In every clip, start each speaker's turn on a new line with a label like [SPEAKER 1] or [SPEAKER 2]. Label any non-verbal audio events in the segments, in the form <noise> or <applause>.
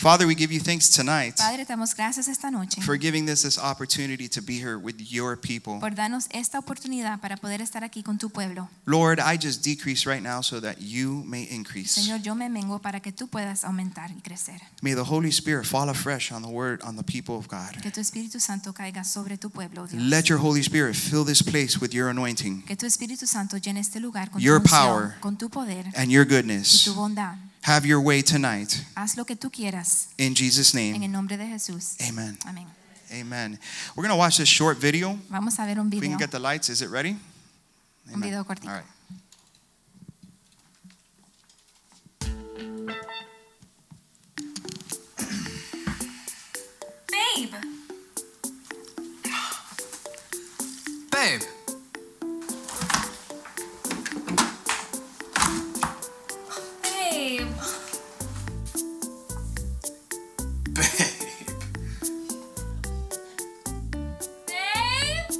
[SPEAKER 1] Father, we give you thanks tonight
[SPEAKER 2] Padre, te damos gracias esta noche
[SPEAKER 1] for giving us this opportunity to be here with your people.
[SPEAKER 2] por darnos esta oportunidad para poder estar aquí con tu pueblo.
[SPEAKER 1] Lord, I just decrease right now so that you may increase.
[SPEAKER 2] Señor, yo me mengo para que tú puedas aumentar y crecer.
[SPEAKER 1] May the Holy Spirit fall afresh on the word, on the people of God.
[SPEAKER 2] Que tu Espíritu Santo caiga sobre tu pueblo, Dios.
[SPEAKER 1] Let your Holy Spirit fill this place with your anointing
[SPEAKER 2] que tu Espíritu Santo llene este lugar con
[SPEAKER 1] Your
[SPEAKER 2] tu unción,
[SPEAKER 1] power
[SPEAKER 2] con tu poder
[SPEAKER 1] and your
[SPEAKER 2] y tu
[SPEAKER 1] goodness.
[SPEAKER 2] bondad.
[SPEAKER 1] Have your way tonight.
[SPEAKER 2] Haz lo que tú quieras
[SPEAKER 1] In Jesus'
[SPEAKER 2] en
[SPEAKER 1] name,
[SPEAKER 2] el nombre de Jesús.
[SPEAKER 1] amen.
[SPEAKER 2] Amén.
[SPEAKER 1] Amen. We're going to watch this short video.
[SPEAKER 2] Vamos a ver un
[SPEAKER 1] If we
[SPEAKER 2] video.
[SPEAKER 1] can get the lights, is it ready?
[SPEAKER 2] Un video cortito.
[SPEAKER 1] All right.
[SPEAKER 2] Babe,
[SPEAKER 3] Babe.
[SPEAKER 2] babe.
[SPEAKER 3] Babe.
[SPEAKER 2] Babe.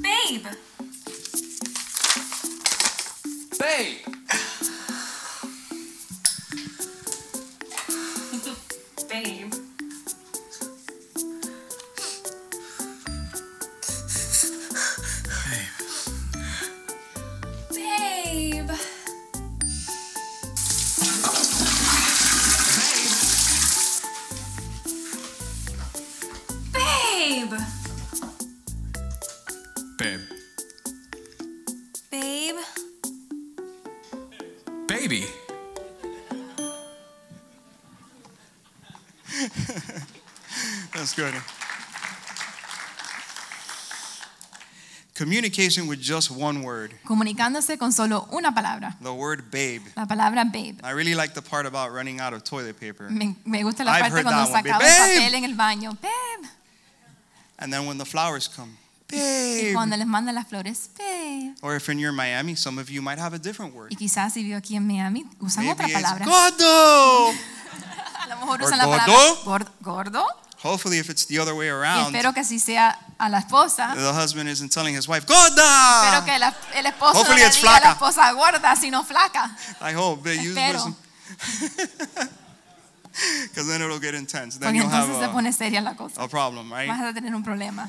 [SPEAKER 3] Babe.
[SPEAKER 2] Babe.
[SPEAKER 3] Babe.
[SPEAKER 2] Babe. Babe. Babe.
[SPEAKER 3] Babe.
[SPEAKER 2] Babe.
[SPEAKER 3] Baby.
[SPEAKER 1] That's good. Communication with just one word,
[SPEAKER 2] Comunicándose con solo una palabra,
[SPEAKER 1] the word babe.
[SPEAKER 2] la palabra babe.
[SPEAKER 1] I really like the part about running out of toilet paper.
[SPEAKER 2] Me, me gusta la
[SPEAKER 1] I've
[SPEAKER 2] parte
[SPEAKER 1] heard
[SPEAKER 2] cuando
[SPEAKER 1] that one, babe.
[SPEAKER 2] sacaba el
[SPEAKER 1] Babe.
[SPEAKER 2] papel en el baño. Babe.
[SPEAKER 1] And then when the flowers come,
[SPEAKER 2] Y
[SPEAKER 1] babe.
[SPEAKER 2] cuando les mandan las flores, babe.
[SPEAKER 1] Or if you're in Miami, some of you might have a different word.
[SPEAKER 2] Y quizás si vivo aquí en Miami, usan
[SPEAKER 1] Maybe
[SPEAKER 2] otra
[SPEAKER 1] it's
[SPEAKER 2] palabra.
[SPEAKER 1] gordo.
[SPEAKER 2] A lo mejor
[SPEAKER 1] Or
[SPEAKER 2] usan la
[SPEAKER 1] gordo.
[SPEAKER 2] palabra gordo. gordo.
[SPEAKER 1] Hopefully, if it's the other way
[SPEAKER 2] Y
[SPEAKER 1] around,
[SPEAKER 2] espero que así sea a la esposa.
[SPEAKER 1] the husband isn't telling his wife,
[SPEAKER 2] Espero
[SPEAKER 1] gorda.
[SPEAKER 2] que la- el esposo
[SPEAKER 1] Ah.
[SPEAKER 2] no
[SPEAKER 1] Hopefully
[SPEAKER 2] le diga
[SPEAKER 1] it's
[SPEAKER 2] a la
[SPEAKER 1] flaca.
[SPEAKER 2] esposa gorda, sino flaca.
[SPEAKER 1] I hope they use
[SPEAKER 2] Espero.
[SPEAKER 1] wisdom. <laughs> Because then it'll get intense. Then
[SPEAKER 2] Porque
[SPEAKER 1] you'll
[SPEAKER 2] entonces se
[SPEAKER 1] have a,
[SPEAKER 2] pone seria la cosa.
[SPEAKER 1] a problem, right?
[SPEAKER 2] Vas a tener un problema.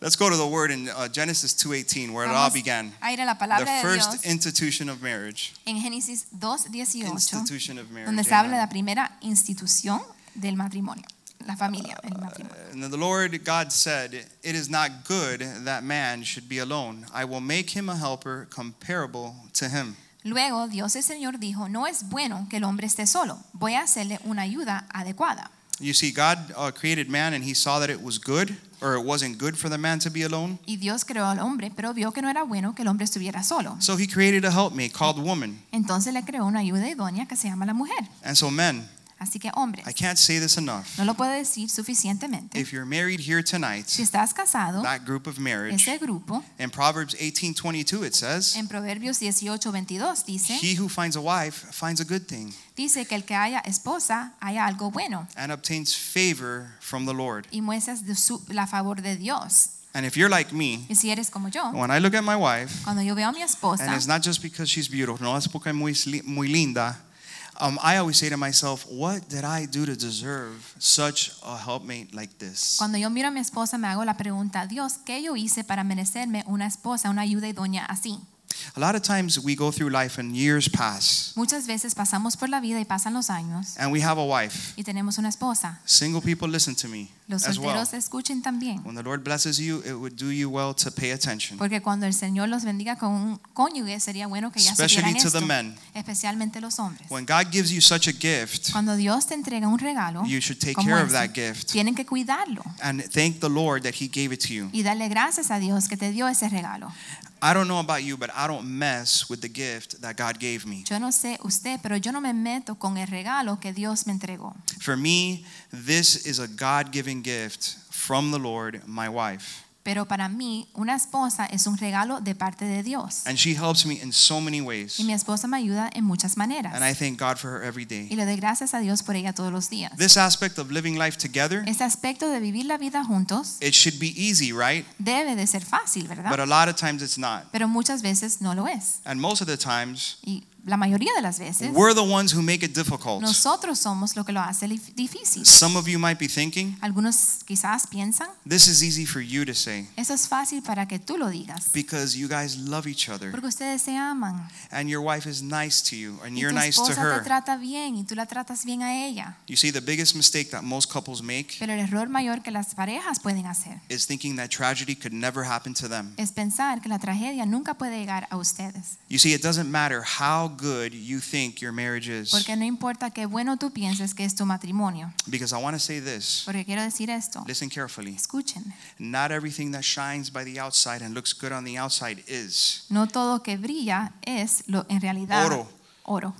[SPEAKER 1] Let's go to the word in uh, Genesis 2:18 where it all
[SPEAKER 2] Vamos
[SPEAKER 1] began.
[SPEAKER 2] a ir a la
[SPEAKER 1] The
[SPEAKER 2] palabra de Dios
[SPEAKER 1] first institution of marriage.
[SPEAKER 2] en Génesis 2.18,
[SPEAKER 1] Institution of marriage.
[SPEAKER 2] donde se habla de la
[SPEAKER 1] amen.
[SPEAKER 2] primera institución del matrimonio, la familia, el matrimonio.
[SPEAKER 1] And the Lord God said, "It is not good that man should be alone. I will make him a helper comparable to him."
[SPEAKER 2] Luego Dios el Señor dijo, no es bueno que el hombre esté solo, voy a hacerle una ayuda adecuada.
[SPEAKER 1] You see, God uh, created man and he saw that it was good or it wasn't good for the man to be alone.
[SPEAKER 2] Y Dios creó al hombre, pero vio que no era bueno que el hombre estuviera solo.
[SPEAKER 1] So he created a helpmate called woman.
[SPEAKER 2] Entonces le creó una ayuda idónea que se llama la mujer.
[SPEAKER 1] And so men,
[SPEAKER 2] Así que hombres,
[SPEAKER 1] I can't say this enough.
[SPEAKER 2] no lo puedo decir suficientemente.
[SPEAKER 1] If you're married here tonight,
[SPEAKER 2] Si estás casado,
[SPEAKER 1] that group of marriage,
[SPEAKER 2] ese grupo,
[SPEAKER 1] in Proverbs 18:22 it says,
[SPEAKER 2] en Proverbios 18, 22 dice,
[SPEAKER 1] He who finds a wife finds a good thing
[SPEAKER 2] dice que el que haya esposa haya algo bueno
[SPEAKER 1] and obtains favor from the Lord.
[SPEAKER 2] y muestras de su- la favor de Dios.
[SPEAKER 1] And if you're like me,
[SPEAKER 2] Y si eres como yo,
[SPEAKER 1] when I look at my wife,
[SPEAKER 2] cuando yo veo a mi
[SPEAKER 1] and
[SPEAKER 2] esposa,
[SPEAKER 1] it's not just because she's beautiful, no es porque es muy, sli- muy linda, um, I always say to myself, what did I do to deserve such a helpmate like this?
[SPEAKER 2] Cuando yo miro a mi esposa me hago la pregunta, Dios, ¿qué yo hice para merecerme una esposa, una ayuda idónea así?
[SPEAKER 1] A lot of times we go through life and years pass,
[SPEAKER 2] Muchas veces pasamos por la vida y pasan los años
[SPEAKER 1] and we have a wife.
[SPEAKER 2] y tenemos una esposa.
[SPEAKER 1] Single people, listen to me.
[SPEAKER 2] Los
[SPEAKER 1] as well.
[SPEAKER 2] solteros escuchen también.
[SPEAKER 1] When the Lord blesses you, it would do you well to pay attention.
[SPEAKER 2] Porque cuando el Señor los bendiga con un cónyuge, sería bueno que ya supieran
[SPEAKER 1] Especially to
[SPEAKER 2] esto,
[SPEAKER 1] the men.
[SPEAKER 2] especialmente los hombres.
[SPEAKER 1] When God gives you such a gift,
[SPEAKER 2] Cuando Dios te entrega un regalo,
[SPEAKER 1] you should take
[SPEAKER 2] como
[SPEAKER 1] care of
[SPEAKER 2] ese,
[SPEAKER 1] that gift
[SPEAKER 2] tienen que cuidarlo
[SPEAKER 1] and thank the Lord that He gave it to you.
[SPEAKER 2] y darle gracias a Dios que te dio ese regalo.
[SPEAKER 1] I don't know about you, but I don't mess with the gift that God gave me.
[SPEAKER 2] Yo no sé usted, pero yo no me meto con el regalo que Dios me entregó.
[SPEAKER 1] For me, this is a God given gift from the Lord, my wife.
[SPEAKER 2] Pero para mí, una esposa es un regalo de parte de Dios.
[SPEAKER 1] And she helps me in so many ways.
[SPEAKER 2] Y mi esposa me ayuda en muchas maneras.
[SPEAKER 1] And I thank God for her every
[SPEAKER 2] Y
[SPEAKER 1] day.
[SPEAKER 2] le doy gracias a Dios por ella todos los días.
[SPEAKER 1] This aspect of living life together,
[SPEAKER 2] Este aspecto de vivir la vida juntos
[SPEAKER 1] it should be easy, right?
[SPEAKER 2] debe de ser fácil,
[SPEAKER 1] But uh,
[SPEAKER 2] ¿verdad?
[SPEAKER 1] a lot of times it's not.
[SPEAKER 2] Pero muchas veces no lo es.
[SPEAKER 1] And most of the times,
[SPEAKER 2] Y la mayoría de las veces
[SPEAKER 1] we're the ones who make it difficult.
[SPEAKER 2] nosotros somos lo que lo hace dif- difícil.
[SPEAKER 1] Some of you might be thinking,
[SPEAKER 2] Algunos quizás piensan,
[SPEAKER 1] this is easy for you to say
[SPEAKER 2] eso es fácil para que tú lo digas.
[SPEAKER 1] because you guys love each other
[SPEAKER 2] Porque ustedes se aman.
[SPEAKER 1] and your wife is nice to you and
[SPEAKER 2] Y
[SPEAKER 1] you're
[SPEAKER 2] tu
[SPEAKER 1] nice to
[SPEAKER 2] esposa te
[SPEAKER 1] her.
[SPEAKER 2] trata bien y tú la tratas bien a ella.
[SPEAKER 1] You see, the biggest mistake that most couples make
[SPEAKER 2] Pero el error mayor que las parejas pueden hacer
[SPEAKER 1] is thinking that tragedy could never happen to them.
[SPEAKER 2] es pensar que la tragedia nunca puede llegar a ustedes.
[SPEAKER 1] You see, it doesn't matter how good you think your marriage is.
[SPEAKER 2] Porque no importa qué bueno tú pienses que es tu matrimonio.
[SPEAKER 1] Because I want to say this
[SPEAKER 2] Porque quiero decir esto.
[SPEAKER 1] listen carefully.
[SPEAKER 2] Escuchen,
[SPEAKER 1] Not everything that shines by the outside and looks good on the outside is.
[SPEAKER 2] no todo que brilla es lo en realidad
[SPEAKER 1] Oro.
[SPEAKER 2] oro.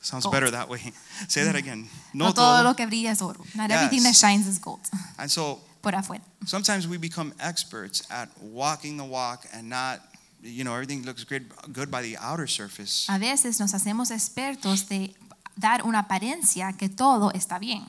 [SPEAKER 1] Sounds
[SPEAKER 2] Gold.
[SPEAKER 1] better that way. <laughs> Say that again.
[SPEAKER 2] Oh. Mm. No,
[SPEAKER 1] No
[SPEAKER 2] todo
[SPEAKER 1] todo.
[SPEAKER 2] lo que brilla es oro. Not
[SPEAKER 1] Yes.
[SPEAKER 2] everything that shines is gold.
[SPEAKER 1] And so
[SPEAKER 2] Por afuera.
[SPEAKER 1] sometimes we become experts at walking the walk and not, you know, everything looks great, good by the outer surface.
[SPEAKER 2] A veces nos hacemos expertos de dar una apariencia que todo está bien.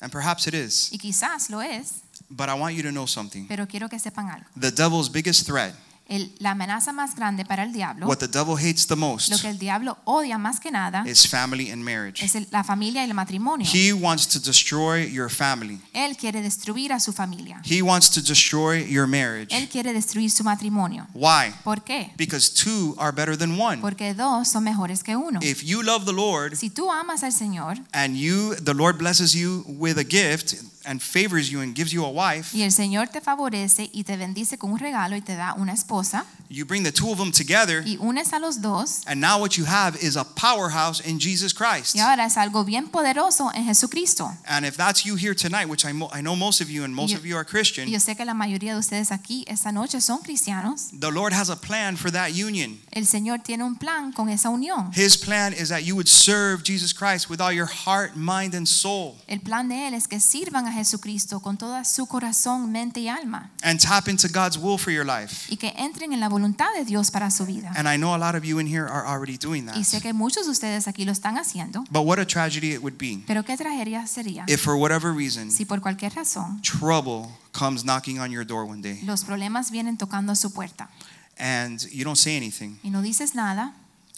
[SPEAKER 1] And perhaps it is.
[SPEAKER 2] Y quizás lo es,
[SPEAKER 1] But I want you to know something.
[SPEAKER 2] pero quiero que sepan algo.
[SPEAKER 1] The devil's biggest threat,
[SPEAKER 2] El- la amenaza más grande para el diablo,
[SPEAKER 1] what the devil hates the
[SPEAKER 2] lo
[SPEAKER 1] most,
[SPEAKER 2] que el diablo odia más que nada,
[SPEAKER 1] is family and marriage.
[SPEAKER 2] es el- la familia y el matrimonio.
[SPEAKER 1] He wants to destroy your family.
[SPEAKER 2] Él quiere destruir a su familia.
[SPEAKER 1] He wants to destroy your marriage.
[SPEAKER 2] Él quiere destruir su matrimonio.
[SPEAKER 1] Why?
[SPEAKER 2] ¿Por qué?
[SPEAKER 1] Because two are better than one.
[SPEAKER 2] Porque dos son mejores que uno.
[SPEAKER 1] If you love the Lord
[SPEAKER 2] Si tú amas al Señor
[SPEAKER 1] and you the Lord blesses you with a gift and favors you and gives you a wife,
[SPEAKER 2] y el Señor te favorece y te bendice con un regalo y te da una esposa
[SPEAKER 1] you bring the two of them together
[SPEAKER 2] y unes a los dos
[SPEAKER 1] and now what you have is a powerhouse in Jesus Christ.
[SPEAKER 2] y ahora es algo bien poderoso en Jesucristo.
[SPEAKER 1] And if that's you here tonight, which I, mo- I know most of you and most
[SPEAKER 2] Yo-
[SPEAKER 1] of you are
[SPEAKER 2] Y
[SPEAKER 1] Christian,
[SPEAKER 2] yo sé que la mayoría de ustedes aquí esta noche son cristianos.
[SPEAKER 1] the Lord has a plan for that union.
[SPEAKER 2] El Señor tiene un plan con esa unión.
[SPEAKER 1] His plan is that you would serve Jesus Christ with all your heart, mind, and soul.
[SPEAKER 2] El plan de Él es que sirvan a Jesucristo con todo su corazón, mente y alma
[SPEAKER 1] and tap into God's will for your life.
[SPEAKER 2] y que entren en la voluntad de Dios para su vida.
[SPEAKER 1] And I know a lot of you in here are already doing
[SPEAKER 2] Y sé
[SPEAKER 1] that.
[SPEAKER 2] que muchos de ustedes aquí lo están haciendo,
[SPEAKER 1] But what a tragedy it would be
[SPEAKER 2] pero qué tragedia sería
[SPEAKER 1] if, for whatever reason,
[SPEAKER 2] si por cualquier razón
[SPEAKER 1] trouble comes knocking on your door one day
[SPEAKER 2] los problemas vienen tocando a su puerta
[SPEAKER 1] and you don't say anything.
[SPEAKER 2] y no dices nada.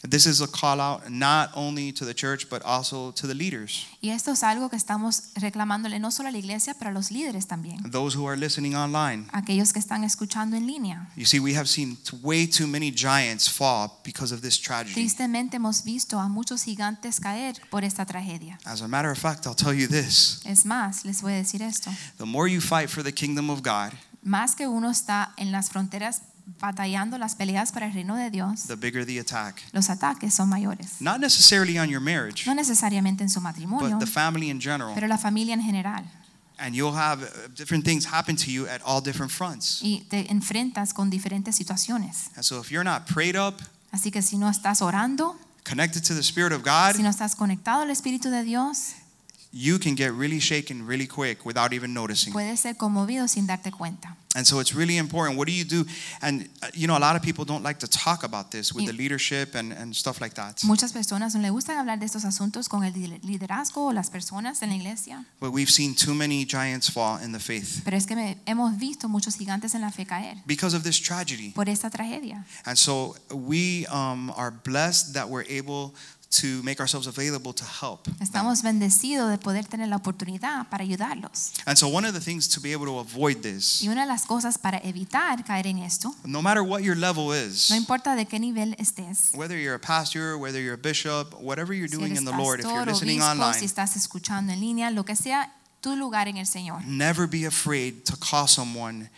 [SPEAKER 1] This is a call out not only to the church, but also to the leaders,
[SPEAKER 2] Y esto es algo que estamos reclamándole no solo a la iglesia, pero a los líderes también,
[SPEAKER 1] those who are listening online.
[SPEAKER 2] aquellos que están escuchando en línea.
[SPEAKER 1] You see, we have seen t- way too many giants fall because of this tragedy.
[SPEAKER 2] Tristemente hemos visto a muchos gigantes caer por esta tragedia.
[SPEAKER 1] As a matter of fact, I'll tell you this
[SPEAKER 2] Es más, les voy a decir esto,
[SPEAKER 1] the more you fight for the kingdom of God,
[SPEAKER 2] más que uno está en las fronteras batallando las peleas para el reino de Dios,
[SPEAKER 1] the bigger the attack.
[SPEAKER 2] los ataques son mayores.
[SPEAKER 1] Not necessarily on your marriage,
[SPEAKER 2] No necesariamente en su
[SPEAKER 1] but
[SPEAKER 2] matrimonio,
[SPEAKER 1] the family in general.
[SPEAKER 2] pero la familia en general.
[SPEAKER 1] and you'll have uh, different things happen to you at all different fronts.
[SPEAKER 2] Y te enfrentas con diferentes situaciones.
[SPEAKER 1] And so if you're not prayed up,
[SPEAKER 2] Así que si no estás orando,
[SPEAKER 1] connected to the Spirit of God,
[SPEAKER 2] si no estás conectado al Espíritu de Dios,
[SPEAKER 1] you can get really shaken really quick without even noticing.
[SPEAKER 2] puedes ser conmovido sin darte cuenta.
[SPEAKER 1] And so it's really important. What do you do? And uh, you know, a lot of people don't like to talk about this with the leadership and, and stuff like that.
[SPEAKER 2] Muchas personas no le gustan hablar de estos asuntos con el liderazgo o las personas en la iglesia,
[SPEAKER 1] But we've seen too many giants fall in the faith
[SPEAKER 2] pero es que me- hemos visto muchos gigantes en la fe caer
[SPEAKER 1] because of this tragedy.
[SPEAKER 2] por esta tragedia.
[SPEAKER 1] And so we um, are blessed that we're able to make ourselves available to help. them.
[SPEAKER 2] Estamos bendecidos de poder tener la oportunidad para ayudarlos.
[SPEAKER 1] And so one of the things to be able to avoid this
[SPEAKER 2] Y una de las cosas para evitar caer en esto,
[SPEAKER 1] No matter what your level is,
[SPEAKER 2] no importa de qué nivel estés,
[SPEAKER 1] whether you're a pastor, whether you're a bishop, whatever you're
[SPEAKER 2] si
[SPEAKER 1] doing
[SPEAKER 2] eres
[SPEAKER 1] in the Lord, if you're
[SPEAKER 2] pastor,
[SPEAKER 1] listening
[SPEAKER 2] obispo,
[SPEAKER 1] online,
[SPEAKER 2] si estás escuchando en línea, lo que sea tu lugar en el Señor.
[SPEAKER 1] Never be afraid to call someone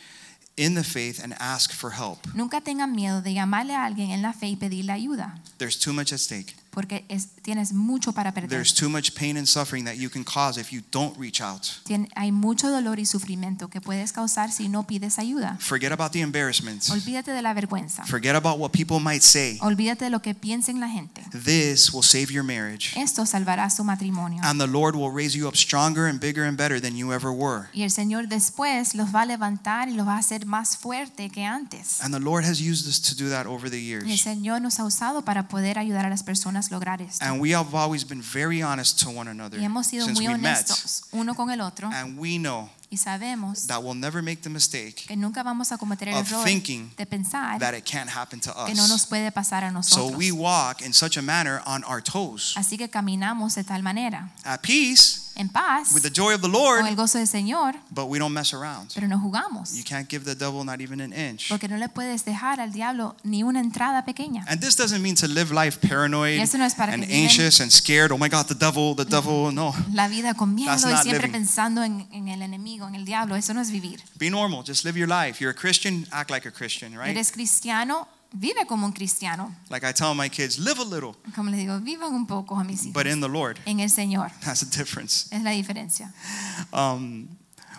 [SPEAKER 1] in the faith and ask for help.
[SPEAKER 2] Nunca tengan miedo de llamarle a alguien en la fe y pedirle ayuda,
[SPEAKER 1] There's too much at stake.
[SPEAKER 2] porque es- tienes mucho para perder.
[SPEAKER 1] There's too much pain and suffering that you can cause if you don't reach out.
[SPEAKER 2] Tien- hay mucho dolor y sufrimiento que puedes causar si no pides ayuda.
[SPEAKER 1] Forget about the embarrassment.
[SPEAKER 2] Olvídate de la vergüenza.
[SPEAKER 1] Forget about what people might say.
[SPEAKER 2] Olvídate de lo que piensen la gente.
[SPEAKER 1] This will save your marriage.
[SPEAKER 2] Esto salvará su matrimonio.
[SPEAKER 1] And the Lord will raise you up stronger and bigger and better than you ever were.
[SPEAKER 2] Y el Señor después los va a levantar y los va a hacer más fuerte que antes.
[SPEAKER 1] And the Lord has used us to do that over the
[SPEAKER 2] El
[SPEAKER 1] years.
[SPEAKER 2] Señor nos ha usado para poder ayudar a las personas a lograr esto.
[SPEAKER 1] And we have always been very honest to one another
[SPEAKER 2] Y hemos sido
[SPEAKER 1] since
[SPEAKER 2] muy
[SPEAKER 1] we met.
[SPEAKER 2] honestos uno con el otro
[SPEAKER 1] And we know
[SPEAKER 2] y sabemos
[SPEAKER 1] that we'll never make the mistake
[SPEAKER 2] que nunca vamos a cometer el
[SPEAKER 1] of
[SPEAKER 2] error
[SPEAKER 1] thinking
[SPEAKER 2] de pensar
[SPEAKER 1] that it can't happen to
[SPEAKER 2] que no nos
[SPEAKER 1] us.
[SPEAKER 2] puede pasar a
[SPEAKER 1] So
[SPEAKER 2] nosotros.
[SPEAKER 1] we walk in such a manner on our toes,
[SPEAKER 2] Así que caminamos de tal manera,
[SPEAKER 1] at peace,
[SPEAKER 2] en paz,
[SPEAKER 1] with the joy of the
[SPEAKER 2] con el
[SPEAKER 1] Lord,
[SPEAKER 2] gozo del Señor,
[SPEAKER 1] but we don't mess around.
[SPEAKER 2] pero no jugamos,
[SPEAKER 1] You can't give the devil not even an inch.
[SPEAKER 2] porque no le puedes dejar al diablo ni una entrada pequeña.
[SPEAKER 1] And this doesn't mean to live life paranoid
[SPEAKER 2] Y eso no es para
[SPEAKER 1] and
[SPEAKER 2] que vivan-
[SPEAKER 1] anxious and scared. Oh my God, the devil, the devil. No,
[SPEAKER 2] La vida con miedo
[SPEAKER 1] That's
[SPEAKER 2] y
[SPEAKER 1] not
[SPEAKER 2] siempre
[SPEAKER 1] living.
[SPEAKER 2] pensando en, en el enemigo, en el diablo, eso no es vivir.
[SPEAKER 1] be normal. Just live your life. You're a Christian, act like a Christian, right?
[SPEAKER 2] Eres cristiano, vive como un cristiano.
[SPEAKER 1] Like I tell my kids, live a little,
[SPEAKER 2] Como les digo, vivan un poco a mis hijos.
[SPEAKER 1] but in the Lord. <laughs>
[SPEAKER 2] en el Señor,
[SPEAKER 1] That's the difference.
[SPEAKER 2] es la diferencia.
[SPEAKER 1] Um,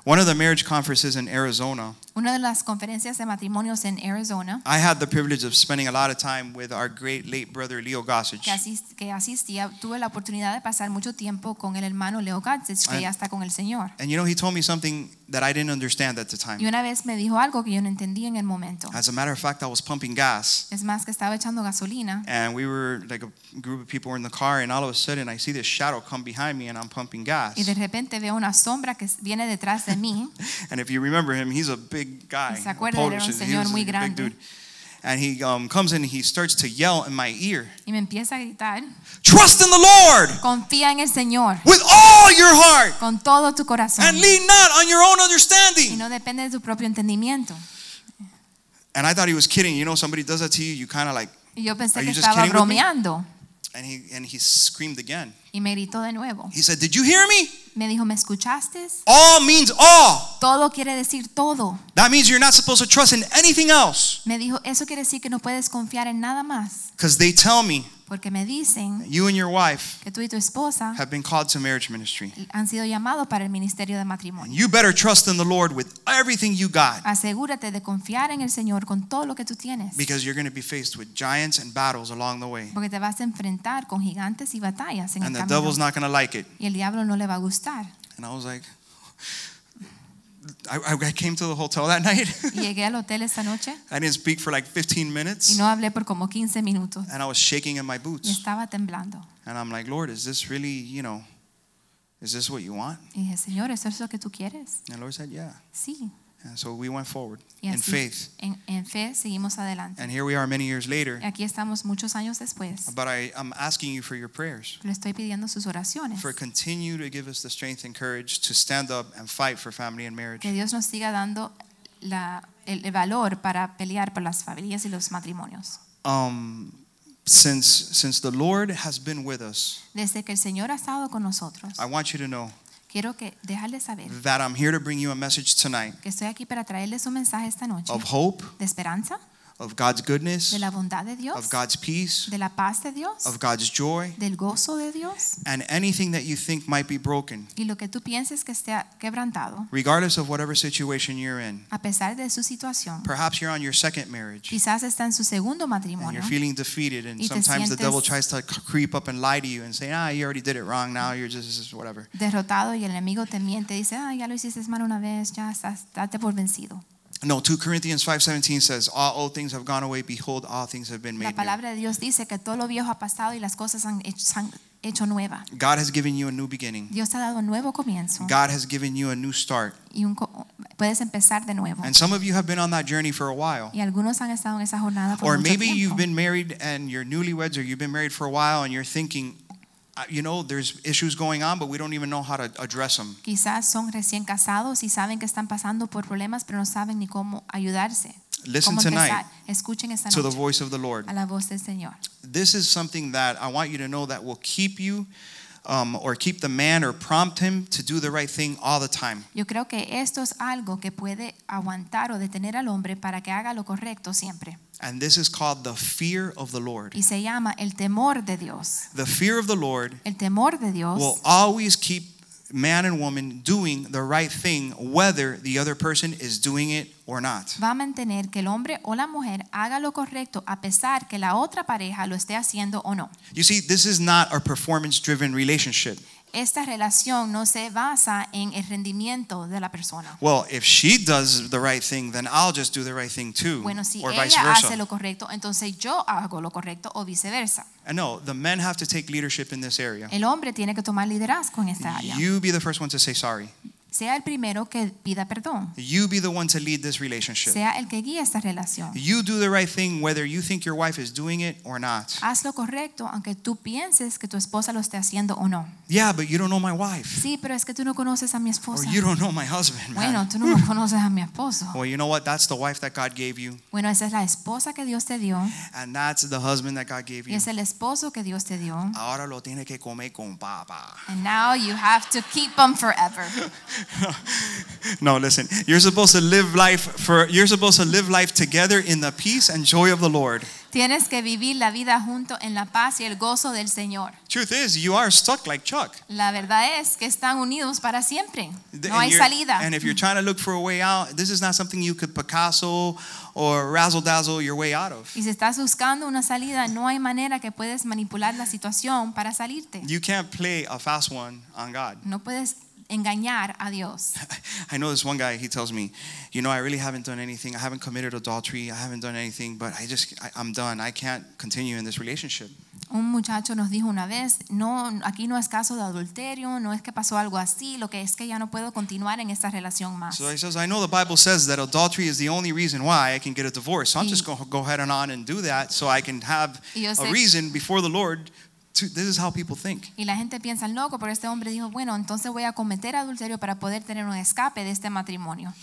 [SPEAKER 1] one of the marriage conferences in Arizona,
[SPEAKER 2] Una de las conferencias de matrimonios en Arizona,
[SPEAKER 1] I had the privilege of spending a lot of time with our great late brother Leo Gossage.
[SPEAKER 2] que, asis- que asistía, tuve la oportunidad de pasar mucho tiempo con el hermano Leo Gatzes, que
[SPEAKER 1] And-
[SPEAKER 2] ya está con el Señor.
[SPEAKER 1] And you know, he told me something that I didn't understand at the time.
[SPEAKER 2] Y una vez me dijo algo que yo no entendí en el momento.
[SPEAKER 1] As a matter of fact, I was pumping gas,
[SPEAKER 2] Es más, que estaba echando gasolina
[SPEAKER 1] and we were like a group of people were in the car, and all of a sudden, I see this shadow come behind me, and I'm pumping gas.
[SPEAKER 2] y de repente veo una sombra que s- viene detrás de mí.
[SPEAKER 1] And if you remember him, he's a big guy.
[SPEAKER 2] Se acuerda,
[SPEAKER 1] Polish,
[SPEAKER 2] era un
[SPEAKER 1] he
[SPEAKER 2] señor
[SPEAKER 1] was a
[SPEAKER 2] muy
[SPEAKER 1] big
[SPEAKER 2] grande.
[SPEAKER 1] dude. And he um, comes in and he starts to yell in my ear,
[SPEAKER 2] Y me empieza a gritar,
[SPEAKER 1] Trust in the Lord
[SPEAKER 2] confía en el Señor
[SPEAKER 1] with all your heart
[SPEAKER 2] con todo tu corazón
[SPEAKER 1] and lean not on your own
[SPEAKER 2] y
[SPEAKER 1] understanding.
[SPEAKER 2] no depende de tu propio entendimiento.
[SPEAKER 1] And I thought he was kidding. You know, somebody does that to you, you kind of like,
[SPEAKER 2] Y yo pensé
[SPEAKER 1] Are
[SPEAKER 2] que
[SPEAKER 1] you just
[SPEAKER 2] estaba
[SPEAKER 1] kidding with me?
[SPEAKER 2] bromeando
[SPEAKER 1] and he, and he screamed again.
[SPEAKER 2] y me gritó de nuevo.
[SPEAKER 1] He said, Did you hear me?
[SPEAKER 2] Me dijo, ¿me escuchaste?
[SPEAKER 1] All means all.
[SPEAKER 2] Todo quiere decir todo.
[SPEAKER 1] That means you're not supposed to trust in anything else.
[SPEAKER 2] Me dijo, eso quiere decir que no puedes confiar en nada más,
[SPEAKER 1] Because they tell me
[SPEAKER 2] porque me dicen
[SPEAKER 1] you and your wife
[SPEAKER 2] que tú y tu esposa
[SPEAKER 1] have been called to marriage ministry.
[SPEAKER 2] han sido llamados para el ministerio de matrimonio.
[SPEAKER 1] You better trust in the Lord with everything you got.
[SPEAKER 2] Asegúrate de confiar en el Señor con todo lo que tú tienes,
[SPEAKER 1] because you're going to be faced with giants and battles along the way.
[SPEAKER 2] porque te vas a enfrentar con gigantes y batallas en el
[SPEAKER 1] And the
[SPEAKER 2] camino.
[SPEAKER 1] devil's not going to like it.
[SPEAKER 2] Y el diablo no le va a gustar.
[SPEAKER 1] And I was like, <laughs> I, I came to the hotel that <laughs> night.
[SPEAKER 2] Y llegué al hotel esta noche
[SPEAKER 1] I didn't speak for like 15
[SPEAKER 2] y
[SPEAKER 1] minutes.
[SPEAKER 2] no hablé por como 15 minutos
[SPEAKER 1] And I was shaking in my
[SPEAKER 2] y
[SPEAKER 1] boots.
[SPEAKER 2] estaba temblando.
[SPEAKER 1] And I'm like, Lord, is this really, you know, is this what you want?
[SPEAKER 2] Y dije, Señor, ¿eso es lo que tú quieres?
[SPEAKER 1] And the Lord said, yeah.
[SPEAKER 2] Sí.
[SPEAKER 1] And so we went forward
[SPEAKER 2] Y
[SPEAKER 1] in
[SPEAKER 2] así,
[SPEAKER 1] faith.
[SPEAKER 2] En, en fe seguimos adelante.
[SPEAKER 1] And here we are many years later.
[SPEAKER 2] Y aquí estamos muchos años después.
[SPEAKER 1] But I, I'm asking you for your prayers.
[SPEAKER 2] Le estoy pidiendo sus oraciones.
[SPEAKER 1] For continue to give us the strength and courage to stand up and fight for family and marriage.
[SPEAKER 2] Que Dios nos siga dando la- el, el valor para pelear por las familias y los matrimonios.
[SPEAKER 1] um, since since the Lord has been with us,
[SPEAKER 2] Desde que el Señor ha estado con nosotros,
[SPEAKER 1] I want you to know
[SPEAKER 2] quiero que dejarle saber
[SPEAKER 1] that I'm here to bring you a message tonight
[SPEAKER 2] que estoy aquí para traerles un mensaje esta noche
[SPEAKER 1] of hope,
[SPEAKER 2] de esperanza,
[SPEAKER 1] of God's goodness,
[SPEAKER 2] de la bondad de Dios,
[SPEAKER 1] of God's peace,
[SPEAKER 2] de la paz de Dios,
[SPEAKER 1] of God's joy,
[SPEAKER 2] del gozo de Dios
[SPEAKER 1] and anything that you think might be broken,
[SPEAKER 2] y lo que tú pienses que esté quebrantado,
[SPEAKER 1] regardless of whatever situation you're in.
[SPEAKER 2] a pesar de su situación.
[SPEAKER 1] Perhaps you're on your second marriage
[SPEAKER 2] Quizás está en su segundo
[SPEAKER 1] and
[SPEAKER 2] matrimonio
[SPEAKER 1] you're feeling defeated, and
[SPEAKER 2] Y te
[SPEAKER 1] sometimes the
[SPEAKER 2] sientes-
[SPEAKER 1] devil tries to c- creep up and lie to you and say, "Ah, you already did it wrong. Now you're just just whatever."
[SPEAKER 2] derrotado y el enemigo te miente, dice, ah, ya lo hiciste mal una vez, ya estás, date por vencido.
[SPEAKER 1] No, 2 Corinthians 5:17 says, "All old things have gone away; behold, all things have been
[SPEAKER 2] La
[SPEAKER 1] made new."
[SPEAKER 2] palabra de Dios dice que todo lo viejo ha pasado y las cosas han hecho, se han hecho nueva.
[SPEAKER 1] God has given you a new beginning.
[SPEAKER 2] Dios te ha dado un nuevo comienzo
[SPEAKER 1] God has given you a new start.
[SPEAKER 2] y un co- puedes empezar de nuevo.
[SPEAKER 1] And some of you have been on that journey for a while.
[SPEAKER 2] Y algunos han estado en esa jornada por
[SPEAKER 1] Or
[SPEAKER 2] mucho
[SPEAKER 1] maybe
[SPEAKER 2] tiempo.
[SPEAKER 1] you've been married and you're newlyweds or you've been married for a while and you're thinking, "Uh, you know, there's issues going on, but we don't even know how to address them.
[SPEAKER 2] Quizás son recién casados y saben que están pasando por problemas, pero no saben ni cómo ayudarse.
[SPEAKER 1] Listen
[SPEAKER 2] cómo
[SPEAKER 1] tonight
[SPEAKER 2] empezar. Escuchen esta
[SPEAKER 1] to the
[SPEAKER 2] noche
[SPEAKER 1] voice of the Lord.
[SPEAKER 2] a la voz del Señor.
[SPEAKER 1] This is something that I want you to know that will keep you um, or keep the man or prompt him to do the right thing all the time.
[SPEAKER 2] Yo creo que esto es algo que puede aguantar o detener al hombre para que haga lo correcto siempre.
[SPEAKER 1] And this is called the fear of the Lord.
[SPEAKER 2] Y se llama el temor de Dios.
[SPEAKER 1] The fear of the Lord
[SPEAKER 2] El temor de Dios
[SPEAKER 1] will always keep man and woman doing the right thing, whether the other person is doing it or not.
[SPEAKER 2] va a mantener que el hombre o la mujer haga lo correcto a pesar que la otra pareja lo esté haciendo o no.
[SPEAKER 1] You see, this is not a performance driven relationship.
[SPEAKER 2] Esta relación no se basa en el rendimiento de la persona.
[SPEAKER 1] Well, if she does the right thing, then I'll just do the right thing too,
[SPEAKER 2] Bueno, si
[SPEAKER 1] or vice
[SPEAKER 2] ella hace
[SPEAKER 1] versa.
[SPEAKER 2] lo correcto, entonces yo hago lo correcto o viceversa.
[SPEAKER 1] And no, the men have to take leadership in this area.
[SPEAKER 2] El hombre tiene que tomar liderazgo en esta área.
[SPEAKER 1] You be the first one to say sorry.
[SPEAKER 2] Sea el primero que pida perdón.
[SPEAKER 1] You be the one to lead this relationship.
[SPEAKER 2] Sea el que guíe esta relación.
[SPEAKER 1] You do the right thing whether you think your wife is doing it or not.
[SPEAKER 2] Haz lo correcto aunque tú pienses que tu esposa lo esté haciendo o no.
[SPEAKER 1] Yeah, but you don't know my wife.
[SPEAKER 2] Sí, pero es que tú no conoces a mi
[SPEAKER 1] Or
[SPEAKER 2] esposa.
[SPEAKER 1] you don't know my husband,
[SPEAKER 2] Bueno,
[SPEAKER 1] man.
[SPEAKER 2] tú no conoces a mi esposo.
[SPEAKER 1] Well, you know what? That's the wife that God gave you,
[SPEAKER 2] Bueno, esa es la esposa que Dios te dio
[SPEAKER 1] and that's the husband that God gave
[SPEAKER 2] y
[SPEAKER 1] you.
[SPEAKER 2] es el esposo que Dios te dio.
[SPEAKER 1] Ahora lo tiene que comer con papa.
[SPEAKER 2] And now you have to keep them forever.
[SPEAKER 1] No, listen. You're supposed to live life for you're supposed to live life together in the peace and joy of the Lord.
[SPEAKER 2] Tienes que vivir la vida junto en la paz y el gozo del Señor.
[SPEAKER 1] Truth is, you are stuck like Chuck.
[SPEAKER 2] La verdad es que están unidos para siempre.
[SPEAKER 1] Th-
[SPEAKER 2] No hay
[SPEAKER 1] you're-
[SPEAKER 2] salida.
[SPEAKER 1] and if you're trying to look for a way out, this is not something you could Picasso or razzle dazzle your way out of.
[SPEAKER 2] Y si estás buscando una salida, no hay manera que puedes manipular la situación para salirte.
[SPEAKER 1] You can't play a fast one on God.
[SPEAKER 2] No puedes engañar a Dios.
[SPEAKER 1] I know this one guy, he tells me, you know, I really haven't done anything. I haven't committed adultery. I haven't done anything, but I just, I, I'm done. I can't continue in this relationship.
[SPEAKER 2] Un muchacho nos dijo una vez, no, aquí no es caso de adulterio, no es que pasó algo así, lo que es que ya no puedo continuar en esta relación más.
[SPEAKER 1] So he says, I know the Bible says that adultery is the only reason why I can get a divorce. So I'm just
[SPEAKER 2] Mm.
[SPEAKER 1] going to go ahead and on and do that so I can have
[SPEAKER 2] Y yo
[SPEAKER 1] a
[SPEAKER 2] sé-
[SPEAKER 1] reason before the Lord. To, this is how people think.
[SPEAKER 2] Y la gente piensa, loco, pero este hombre dijo, bueno, entonces voy a cometer adulterio para poder tener un escape de este matrimonio.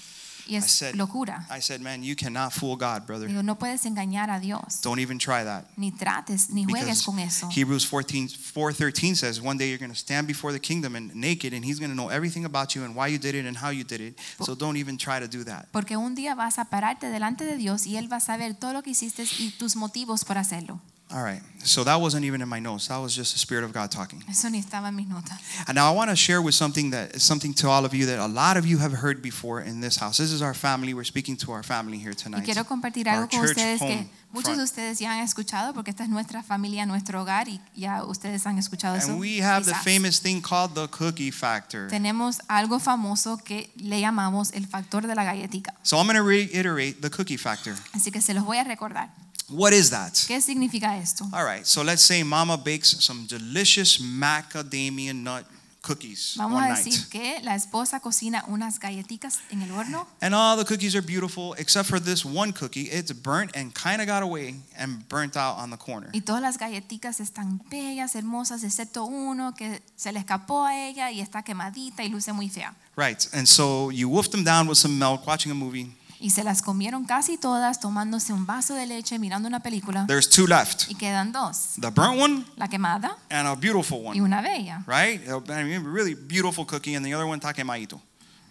[SPEAKER 2] Y
[SPEAKER 1] I
[SPEAKER 2] es
[SPEAKER 1] said-
[SPEAKER 2] locura.
[SPEAKER 1] I said, man, you cannot fool God, brother.
[SPEAKER 2] Digo, no puedes engañar a Dios,
[SPEAKER 1] Don't even try that.
[SPEAKER 2] ni trates, ni juegues
[SPEAKER 1] Because
[SPEAKER 2] con eso.
[SPEAKER 1] Hebrews 14, 4.13 says, one day you're going to stand before the kingdom and naked, and he's going to know everything about you and why you did it and how you did it. So don't even try to do that.
[SPEAKER 2] Porque un día vas a pararte delante de Dios y Él va a saber todo lo que hiciste y tus motivos por hacerlo.
[SPEAKER 1] All right. So that wasn't even in my notes. That was just the Spirit of God talking.
[SPEAKER 2] Eso ni estaba en mis notas.
[SPEAKER 1] And now I want to share with something that something to all of you that a lot of you have heard before in this house. This is our family. We're speaking to our family here
[SPEAKER 2] Y
[SPEAKER 1] tonight.
[SPEAKER 2] quiero compartir
[SPEAKER 1] Our
[SPEAKER 2] algo con
[SPEAKER 1] church
[SPEAKER 2] ustedes que
[SPEAKER 1] home
[SPEAKER 2] muchos de
[SPEAKER 1] front.
[SPEAKER 2] ustedes ya han escuchado porque esta es nuestra familia, nuestro hogar y ya ustedes han escuchado eso.
[SPEAKER 1] And we have the
[SPEAKER 2] quizás.
[SPEAKER 1] famous thing called the cookie factor.
[SPEAKER 2] Tenemos algo famoso que le llamamos el factor de la galletica.
[SPEAKER 1] So I'm going to reiterate the cookie factor.
[SPEAKER 2] Así que se los voy a recordar.
[SPEAKER 1] What is that?
[SPEAKER 2] ¿Qué significa esto?
[SPEAKER 1] All right, so let's say Mama bakes some delicious macadamia nut cookies
[SPEAKER 2] Vamos
[SPEAKER 1] one
[SPEAKER 2] a
[SPEAKER 1] night.
[SPEAKER 2] decir que la esposa cocina unas galletitas en el horno
[SPEAKER 1] And all the cookies are beautiful except for this one cookie. It's burnt and kind of got away and burnt out on the corner.
[SPEAKER 2] y todas las galletitas están bellas, hermosas, excepto uno que se le escapó a ella y está quemadita y luce muy fea.
[SPEAKER 1] Right, and so you wolf them down with some milk, watching a movie.
[SPEAKER 2] Y se las comieron casi todas tomándose un vaso de leche, mirando una película
[SPEAKER 1] There's two left
[SPEAKER 2] y quedan dos,
[SPEAKER 1] the burnt one
[SPEAKER 2] la quemada
[SPEAKER 1] and a beautiful one.
[SPEAKER 2] y una bella.
[SPEAKER 1] Right? I mean, a really beautiful cookie, and the other one, takemaito.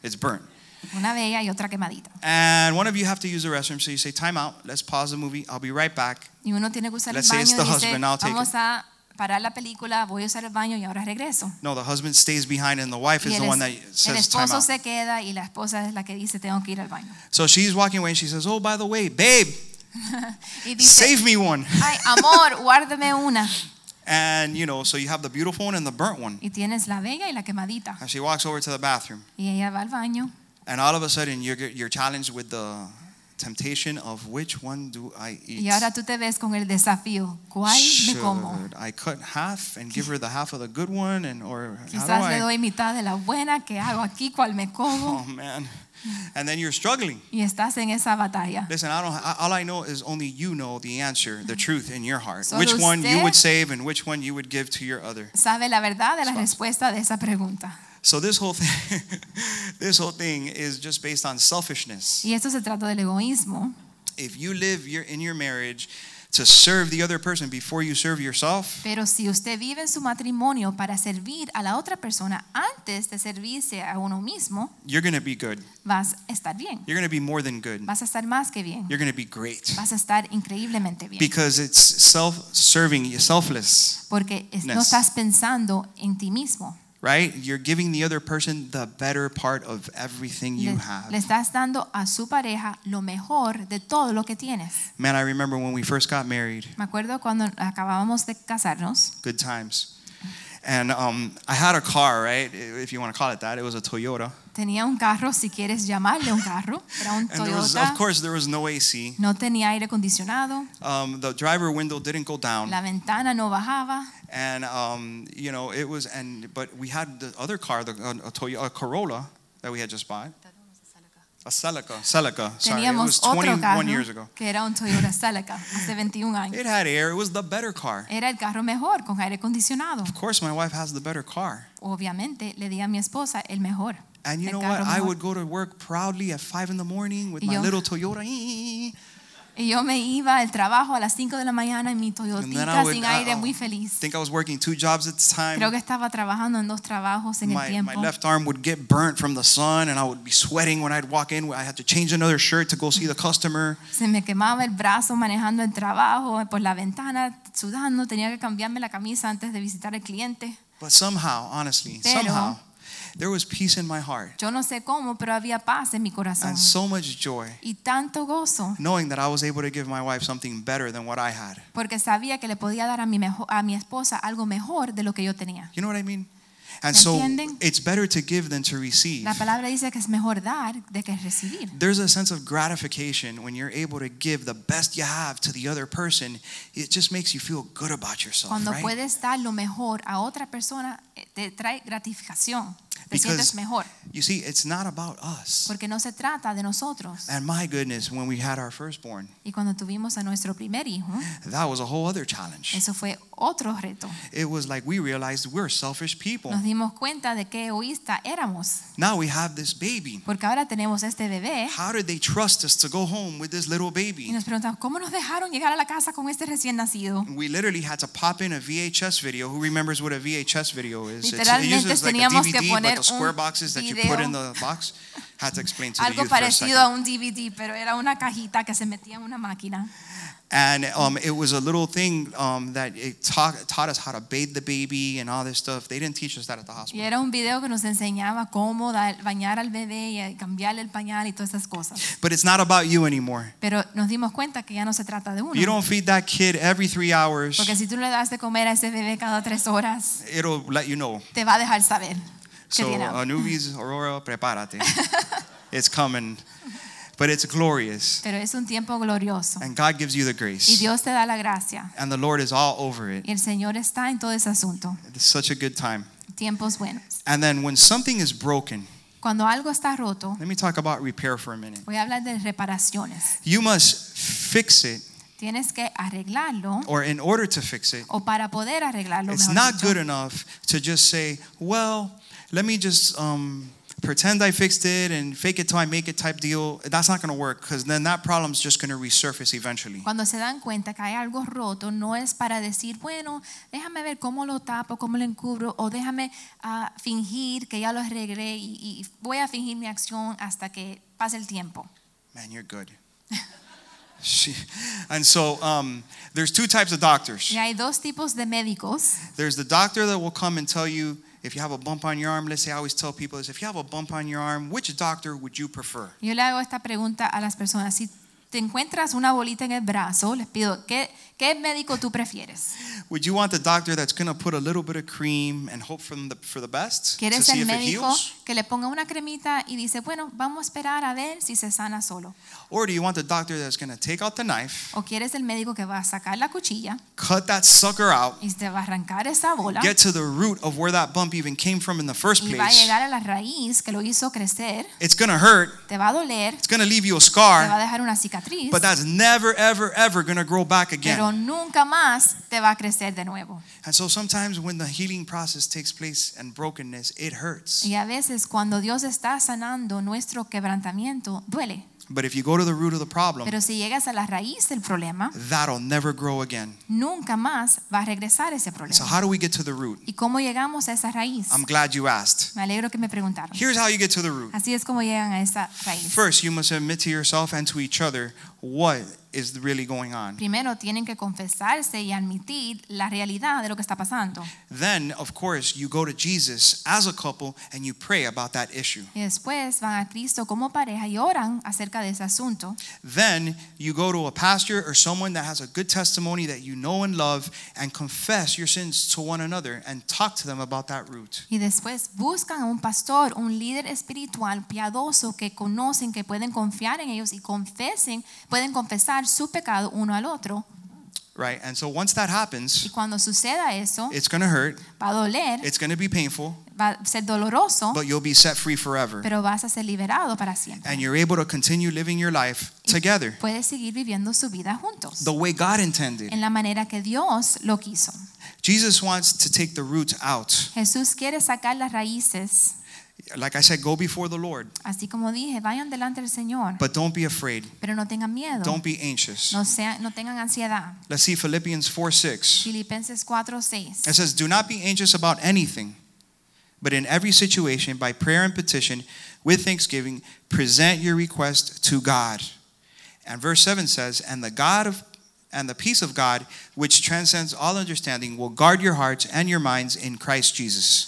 [SPEAKER 1] It's burnt.
[SPEAKER 2] Una bella y otra quemadita.
[SPEAKER 1] And one of you have to use the restroom, so you say, time out, let's pause the movie, I'll be right back.
[SPEAKER 2] Y uno tiene que usar
[SPEAKER 1] Let's
[SPEAKER 2] el
[SPEAKER 1] say it's
[SPEAKER 2] baño y
[SPEAKER 1] the
[SPEAKER 2] dice,
[SPEAKER 1] husband, I'll take
[SPEAKER 2] vamos a parar la película, voy a usar el baño y ahora regreso.
[SPEAKER 1] No, the husband stays behind, and the wife
[SPEAKER 2] Y
[SPEAKER 1] is
[SPEAKER 2] el,
[SPEAKER 1] the one that
[SPEAKER 2] es- el
[SPEAKER 1] says time
[SPEAKER 2] esposo
[SPEAKER 1] out.
[SPEAKER 2] se queda y la esposa es la que dice tengo que ir al baño.
[SPEAKER 1] So she's walking away, and she says, "Oh, by the way, babe,
[SPEAKER 2] Y dice,
[SPEAKER 1] save me one."
[SPEAKER 2] ay amor, guárdame una.
[SPEAKER 1] And you know, so you have the beautiful one and the burnt one.
[SPEAKER 2] Y tienes la bella y la quemadita.
[SPEAKER 1] And she walks over to the bathroom,
[SPEAKER 2] Y ella va al baño
[SPEAKER 1] and all of a sudden, you're you're challenged with the temptation of which one do I eat?
[SPEAKER 2] y ahora tú te ves con el desafío, ¿cuál me como?
[SPEAKER 1] Should I cut half and give her the half of the good one, and or how do
[SPEAKER 2] Quizás le
[SPEAKER 1] I?
[SPEAKER 2] doy mitad de la buena que hago aquí, ¿cuál me
[SPEAKER 1] <laughs> Oh
[SPEAKER 2] como?
[SPEAKER 1] man, and then you're struggling.
[SPEAKER 2] Y estás en esa batalla.
[SPEAKER 1] Listen, I don't. I- All I know is only you know the answer, the truth in your heart.
[SPEAKER 2] Solo
[SPEAKER 1] Which one you
[SPEAKER 2] usted-
[SPEAKER 1] would save and which one you would give to your other.
[SPEAKER 2] Sabe la verdad de la
[SPEAKER 1] Esposo.
[SPEAKER 2] respuesta de esa pregunta.
[SPEAKER 1] So this whole thing, <laughs> this whole thing is just based on selfishness.
[SPEAKER 2] Y esto se trata del egoísmo.
[SPEAKER 1] If you live your, in your marriage to serve the other person before you serve yourself,
[SPEAKER 2] Pero si usted vive en su matrimonio para servir a la otra persona antes de servirse a uno mismo,
[SPEAKER 1] you're going to be good.
[SPEAKER 2] vas a estar bien.
[SPEAKER 1] You're going to be more than good.
[SPEAKER 2] Vas a estar más que bien.
[SPEAKER 1] You're going to be great
[SPEAKER 2] Vas a estar increíblemente bien.
[SPEAKER 1] because it's self-serving, selfless,
[SPEAKER 2] Porque es- no
[SPEAKER 1] Ness.
[SPEAKER 2] estás pensando en ti mismo.
[SPEAKER 1] right? You're giving the other person the better part of everything you
[SPEAKER 2] Le, le
[SPEAKER 1] have.
[SPEAKER 2] estás dando a su pareja lo mejor de todo lo que tienes.
[SPEAKER 1] Man, I remember when we first got married.
[SPEAKER 2] Me acuerdo cuando acabábamos de casarnos,
[SPEAKER 1] good times. And um, I had a car, right? If you want to call it that, it was a Toyota.
[SPEAKER 2] tenía un carro, si quieres llamarle un carro, era
[SPEAKER 1] And
[SPEAKER 2] un
[SPEAKER 1] there was, of
[SPEAKER 2] Toyota.
[SPEAKER 1] course, there was no AC.
[SPEAKER 2] No tenía aire acondicionado,
[SPEAKER 1] Um, the driver window didn't go down,
[SPEAKER 2] la ventana no bajaba.
[SPEAKER 1] and um, you know it was. And but we had the other car, the, a, a Toyota a Corolla that we had just bought. A Celica, Celica. Sorry, it was
[SPEAKER 2] Teníamos otro
[SPEAKER 1] 21
[SPEAKER 2] carro
[SPEAKER 1] years ago.
[SPEAKER 2] que era un Toyota Celica hace 21 años.
[SPEAKER 1] It had air. It was the better car.
[SPEAKER 2] Era el carro mejor con aire acondicionado.
[SPEAKER 1] Of course, my wife has the better car.
[SPEAKER 2] Obviamente le di a mi esposa el mejor.
[SPEAKER 1] And you
[SPEAKER 2] el
[SPEAKER 1] know what?
[SPEAKER 2] carro
[SPEAKER 1] I
[SPEAKER 2] mejor.
[SPEAKER 1] would go to work proudly at five in the morning with
[SPEAKER 2] Y
[SPEAKER 1] my
[SPEAKER 2] yo-
[SPEAKER 1] little Toyota.
[SPEAKER 2] Y yo me iba al trabajo a las 5 de la mañana en mi
[SPEAKER 1] And then I
[SPEAKER 2] Toyotita
[SPEAKER 1] would-
[SPEAKER 2] sin
[SPEAKER 1] I-
[SPEAKER 2] aire
[SPEAKER 1] I'll
[SPEAKER 2] muy feliz.
[SPEAKER 1] think I was working two jobs at the time.
[SPEAKER 2] Creo que estaba trabajando en dos trabajos en el
[SPEAKER 1] my, my
[SPEAKER 2] tiempo.
[SPEAKER 1] left arm would get burnt from the sun, and I would be sweating when I'd walk in. I had to change another shirt to go see the customer.
[SPEAKER 2] Se me quemaba el brazo manejando el trabajo eh, por la ventana, sudando. Tenía que cambiarme la camisa antes de visitar al cliente.
[SPEAKER 1] But somehow, honestly,
[SPEAKER 2] Pero-
[SPEAKER 1] somehow, there was peace in my heart
[SPEAKER 2] Yo no sé cómo, pero había paz en mi corazón.
[SPEAKER 1] and so much joy
[SPEAKER 2] Y tanto gozo,
[SPEAKER 1] knowing that I was able to give my wife something better than what I had.
[SPEAKER 2] porque sabía que le podía dar a mi, mejo- a mi esposa algo mejor de lo que yo tenía.
[SPEAKER 1] You know what I mean? And
[SPEAKER 2] ¿Me
[SPEAKER 1] so
[SPEAKER 2] entienden?
[SPEAKER 1] it's better to give than to receive.
[SPEAKER 2] La palabra dice que es mejor dar de que recibir.
[SPEAKER 1] There's a sense of gratification when you're able to give the best you have to the other person. It just makes you feel good about yourself,
[SPEAKER 2] Cuando
[SPEAKER 1] right?
[SPEAKER 2] puedes dar lo mejor a otra persona, eh, te trae gratificación. Te
[SPEAKER 1] Because-
[SPEAKER 2] sientes mejor,
[SPEAKER 1] You see, it's not about us.
[SPEAKER 2] porque no se trata de nosotros.
[SPEAKER 1] And my goodness, when we had our firstborn,
[SPEAKER 2] Y cuando tuvimos a nuestro primer hijo,
[SPEAKER 1] that was a whole other challenge.
[SPEAKER 2] eso fue otro reto.
[SPEAKER 1] It was like we realized we're selfish people.
[SPEAKER 2] Nos dimos cuenta de qué egoísta éramos,
[SPEAKER 1] Now we have this baby.
[SPEAKER 2] porque ahora tenemos este bebé
[SPEAKER 1] How did they trust us to go home with this little
[SPEAKER 2] y
[SPEAKER 1] baby?
[SPEAKER 2] nos preguntamos, ¿cómo nos dejaron llegar a la casa con este recién nacido?
[SPEAKER 1] We literally had to pop in a VHS video. Who remembers what a VHS video is?
[SPEAKER 2] Literalmente
[SPEAKER 1] like a
[SPEAKER 2] teníamos que
[SPEAKER 1] DVD,
[SPEAKER 2] poner
[SPEAKER 1] but the square
[SPEAKER 2] un
[SPEAKER 1] boxes that you put
[SPEAKER 2] video.
[SPEAKER 1] in the box. Had to explain to the
[SPEAKER 2] Algo
[SPEAKER 1] youth for a
[SPEAKER 2] parecido a
[SPEAKER 1] second.
[SPEAKER 2] un DVD, pero era una cajita que se metía en una máquina.
[SPEAKER 1] And um, it was a little thing um, that it taught, taught us how to bathe the baby and all this stuff. They didn't teach us that at the
[SPEAKER 2] Y
[SPEAKER 1] hospital.
[SPEAKER 2] era un video que nos enseñaba cómo dar- bañar al bebé y eh, cambiarle el pañal y todas esas cosas.
[SPEAKER 1] But it's not about you anymore.
[SPEAKER 2] Pero nos dimos cuenta que ya no se trata de
[SPEAKER 1] You
[SPEAKER 2] uno.
[SPEAKER 1] don't feed that kid every three hours,
[SPEAKER 2] Porque si tú le das de comer a ese bebé cada tres horas,
[SPEAKER 1] it'll let you know.
[SPEAKER 2] te va a dejar saber que
[SPEAKER 1] So uh,
[SPEAKER 2] tiene hambre.
[SPEAKER 1] Anubis, Aurora,
[SPEAKER 2] <laughs>
[SPEAKER 1] prepárate. it's coming. But it's glorious.
[SPEAKER 2] Pero es un tiempo glorioso.
[SPEAKER 1] And God gives you the
[SPEAKER 2] Y
[SPEAKER 1] grace.
[SPEAKER 2] Dios te da la gracia.
[SPEAKER 1] And the Lord is all over it.
[SPEAKER 2] Y el Señor está en todo ese asunto.
[SPEAKER 1] It's such a good time.
[SPEAKER 2] Tiempos buenos.
[SPEAKER 1] And then when something is broken,
[SPEAKER 2] Cuando algo está roto,
[SPEAKER 1] let me talk about repair for a minute.
[SPEAKER 2] voy a hablar de reparaciones.
[SPEAKER 1] You must fix it,
[SPEAKER 2] Tienes que arreglarlo
[SPEAKER 1] or in order to fix it,
[SPEAKER 2] o para poder arreglarlo.
[SPEAKER 1] it's
[SPEAKER 2] mejor
[SPEAKER 1] not
[SPEAKER 2] dicho.
[SPEAKER 1] good enough to just say, well, let me just um, pretend I fixed it and fake it till I make it type deal. That's not going to work because then that problem's just going to resurface eventually.
[SPEAKER 2] Cuando se dan cuenta que hay algo roto, no es para decir, bueno, déjame ver cómo lo tapo, cómo lo encubro, o déjame ah, fingir que ya lo arreglé y, y voy a fingir mi acción hasta que pase el tiempo.
[SPEAKER 1] Man, you're good. She, and so um, there's two types of doctors.
[SPEAKER 2] Y hay dos tipos de médicos.
[SPEAKER 1] There's the doctor that will come and tell you if you have a bump on your arm. Let's say I always tell people this: if you have a bump on your arm, which doctor would you prefer?
[SPEAKER 2] Yo le hago esta pregunta a las personas. Si te encuentras una bolita en el brazo, les pido, ¿qué, qué médico tú prefieres?
[SPEAKER 1] Would you want the doctor that's going to put a little bit of cream and hope for the, for the best to
[SPEAKER 2] ¿Quieres
[SPEAKER 1] see if
[SPEAKER 2] el
[SPEAKER 1] it
[SPEAKER 2] médico
[SPEAKER 1] heals?
[SPEAKER 2] que le ponga una cremita y dice, bueno, vamos a esperar a ver si se sana solo?
[SPEAKER 1] Or do you want the doctor that's going to take out the knife,
[SPEAKER 2] ¿O quieres el médico que va a sacar la cuchilla
[SPEAKER 1] cut that sucker out,
[SPEAKER 2] y te va a arrancar esa bola?
[SPEAKER 1] get to the root of where that bump even came from in the first
[SPEAKER 2] y va a
[SPEAKER 1] place?
[SPEAKER 2] llegar a la raíz que lo hizo crecer,
[SPEAKER 1] It's going to hurt.
[SPEAKER 2] te va a doler,
[SPEAKER 1] It's going to leave you a
[SPEAKER 2] te va a
[SPEAKER 1] scar,
[SPEAKER 2] dejar una cicatriz,
[SPEAKER 1] but that's never, ever, ever going to grow back again.
[SPEAKER 2] pero nunca más te va a crecer de nuevo.
[SPEAKER 1] And so sometimes when the healing process takes place and brokenness, it hurts.
[SPEAKER 2] Y a veces cuando Dios está sanando nuestro quebrantamiento, duele.
[SPEAKER 1] But if you go to the root of the problem,
[SPEAKER 2] Pero si llegas a la raíz del problema,
[SPEAKER 1] that'll never grow again.
[SPEAKER 2] nunca más va a regresar ese
[SPEAKER 1] So,
[SPEAKER 2] problema.
[SPEAKER 1] how do we get to the root?
[SPEAKER 2] ¿Y cómo llegamos a esa raíz?
[SPEAKER 1] I'm glad you asked.
[SPEAKER 2] Me alegro que me preguntaron.
[SPEAKER 1] Here's how you get to the root.
[SPEAKER 2] Así es como llegan a esa raíz.
[SPEAKER 1] First, you must admit to yourself and to each other what is really going on.
[SPEAKER 2] Primero tienen que confesarse y admitir la realidad de lo que está pasando.
[SPEAKER 1] Then, of course, you go to Jesus as a couple and you pray about that issue.
[SPEAKER 2] Y después van a Cristo como pareja y oran acerca de ese asunto.
[SPEAKER 1] Then, you go to a pastor or someone that has a good testimony that you know and love and confess your sins to one another and talk to them about that root.
[SPEAKER 2] Y después buscan a un pastor, un líder espiritual piadoso que conocen, que pueden confiar en ellos y confesen, pueden confesar su pecado uno al otro.
[SPEAKER 1] Right? And so, once that
[SPEAKER 2] Y
[SPEAKER 1] happens,
[SPEAKER 2] cuando suceda eso,
[SPEAKER 1] it's going to hurt,
[SPEAKER 2] va a doler,
[SPEAKER 1] it's going to be painful,
[SPEAKER 2] va a ser doloroso,
[SPEAKER 1] but you'll be set free forever.
[SPEAKER 2] pero vas a ser liberado para siempre.
[SPEAKER 1] And you're able to continue living your life together
[SPEAKER 2] Puedes seguir viviendo su vida juntos,
[SPEAKER 1] the way God intended.
[SPEAKER 2] en la manera que Dios lo quiso.
[SPEAKER 1] Jesus wants to take the roots out.
[SPEAKER 2] Jesús quiere sacar las raíces,
[SPEAKER 1] like I said, go before the Lord,
[SPEAKER 2] así como dije, vayan delante del Señor,
[SPEAKER 1] but don't be afraid.
[SPEAKER 2] pero no tengan miedo,
[SPEAKER 1] Don't be anxious.
[SPEAKER 2] no, sean, no tengan ansiedad.
[SPEAKER 1] Let's see Philippians 4 6.
[SPEAKER 2] Filipenses 4, 6.
[SPEAKER 1] It says, Do not be anxious about anything, but in every situation, by prayer and petition, with thanksgiving, present your request to God. And verse 7 says, And the God of and the peace of God, which transcends all understanding, will guard your hearts and your minds in Christ Jesus.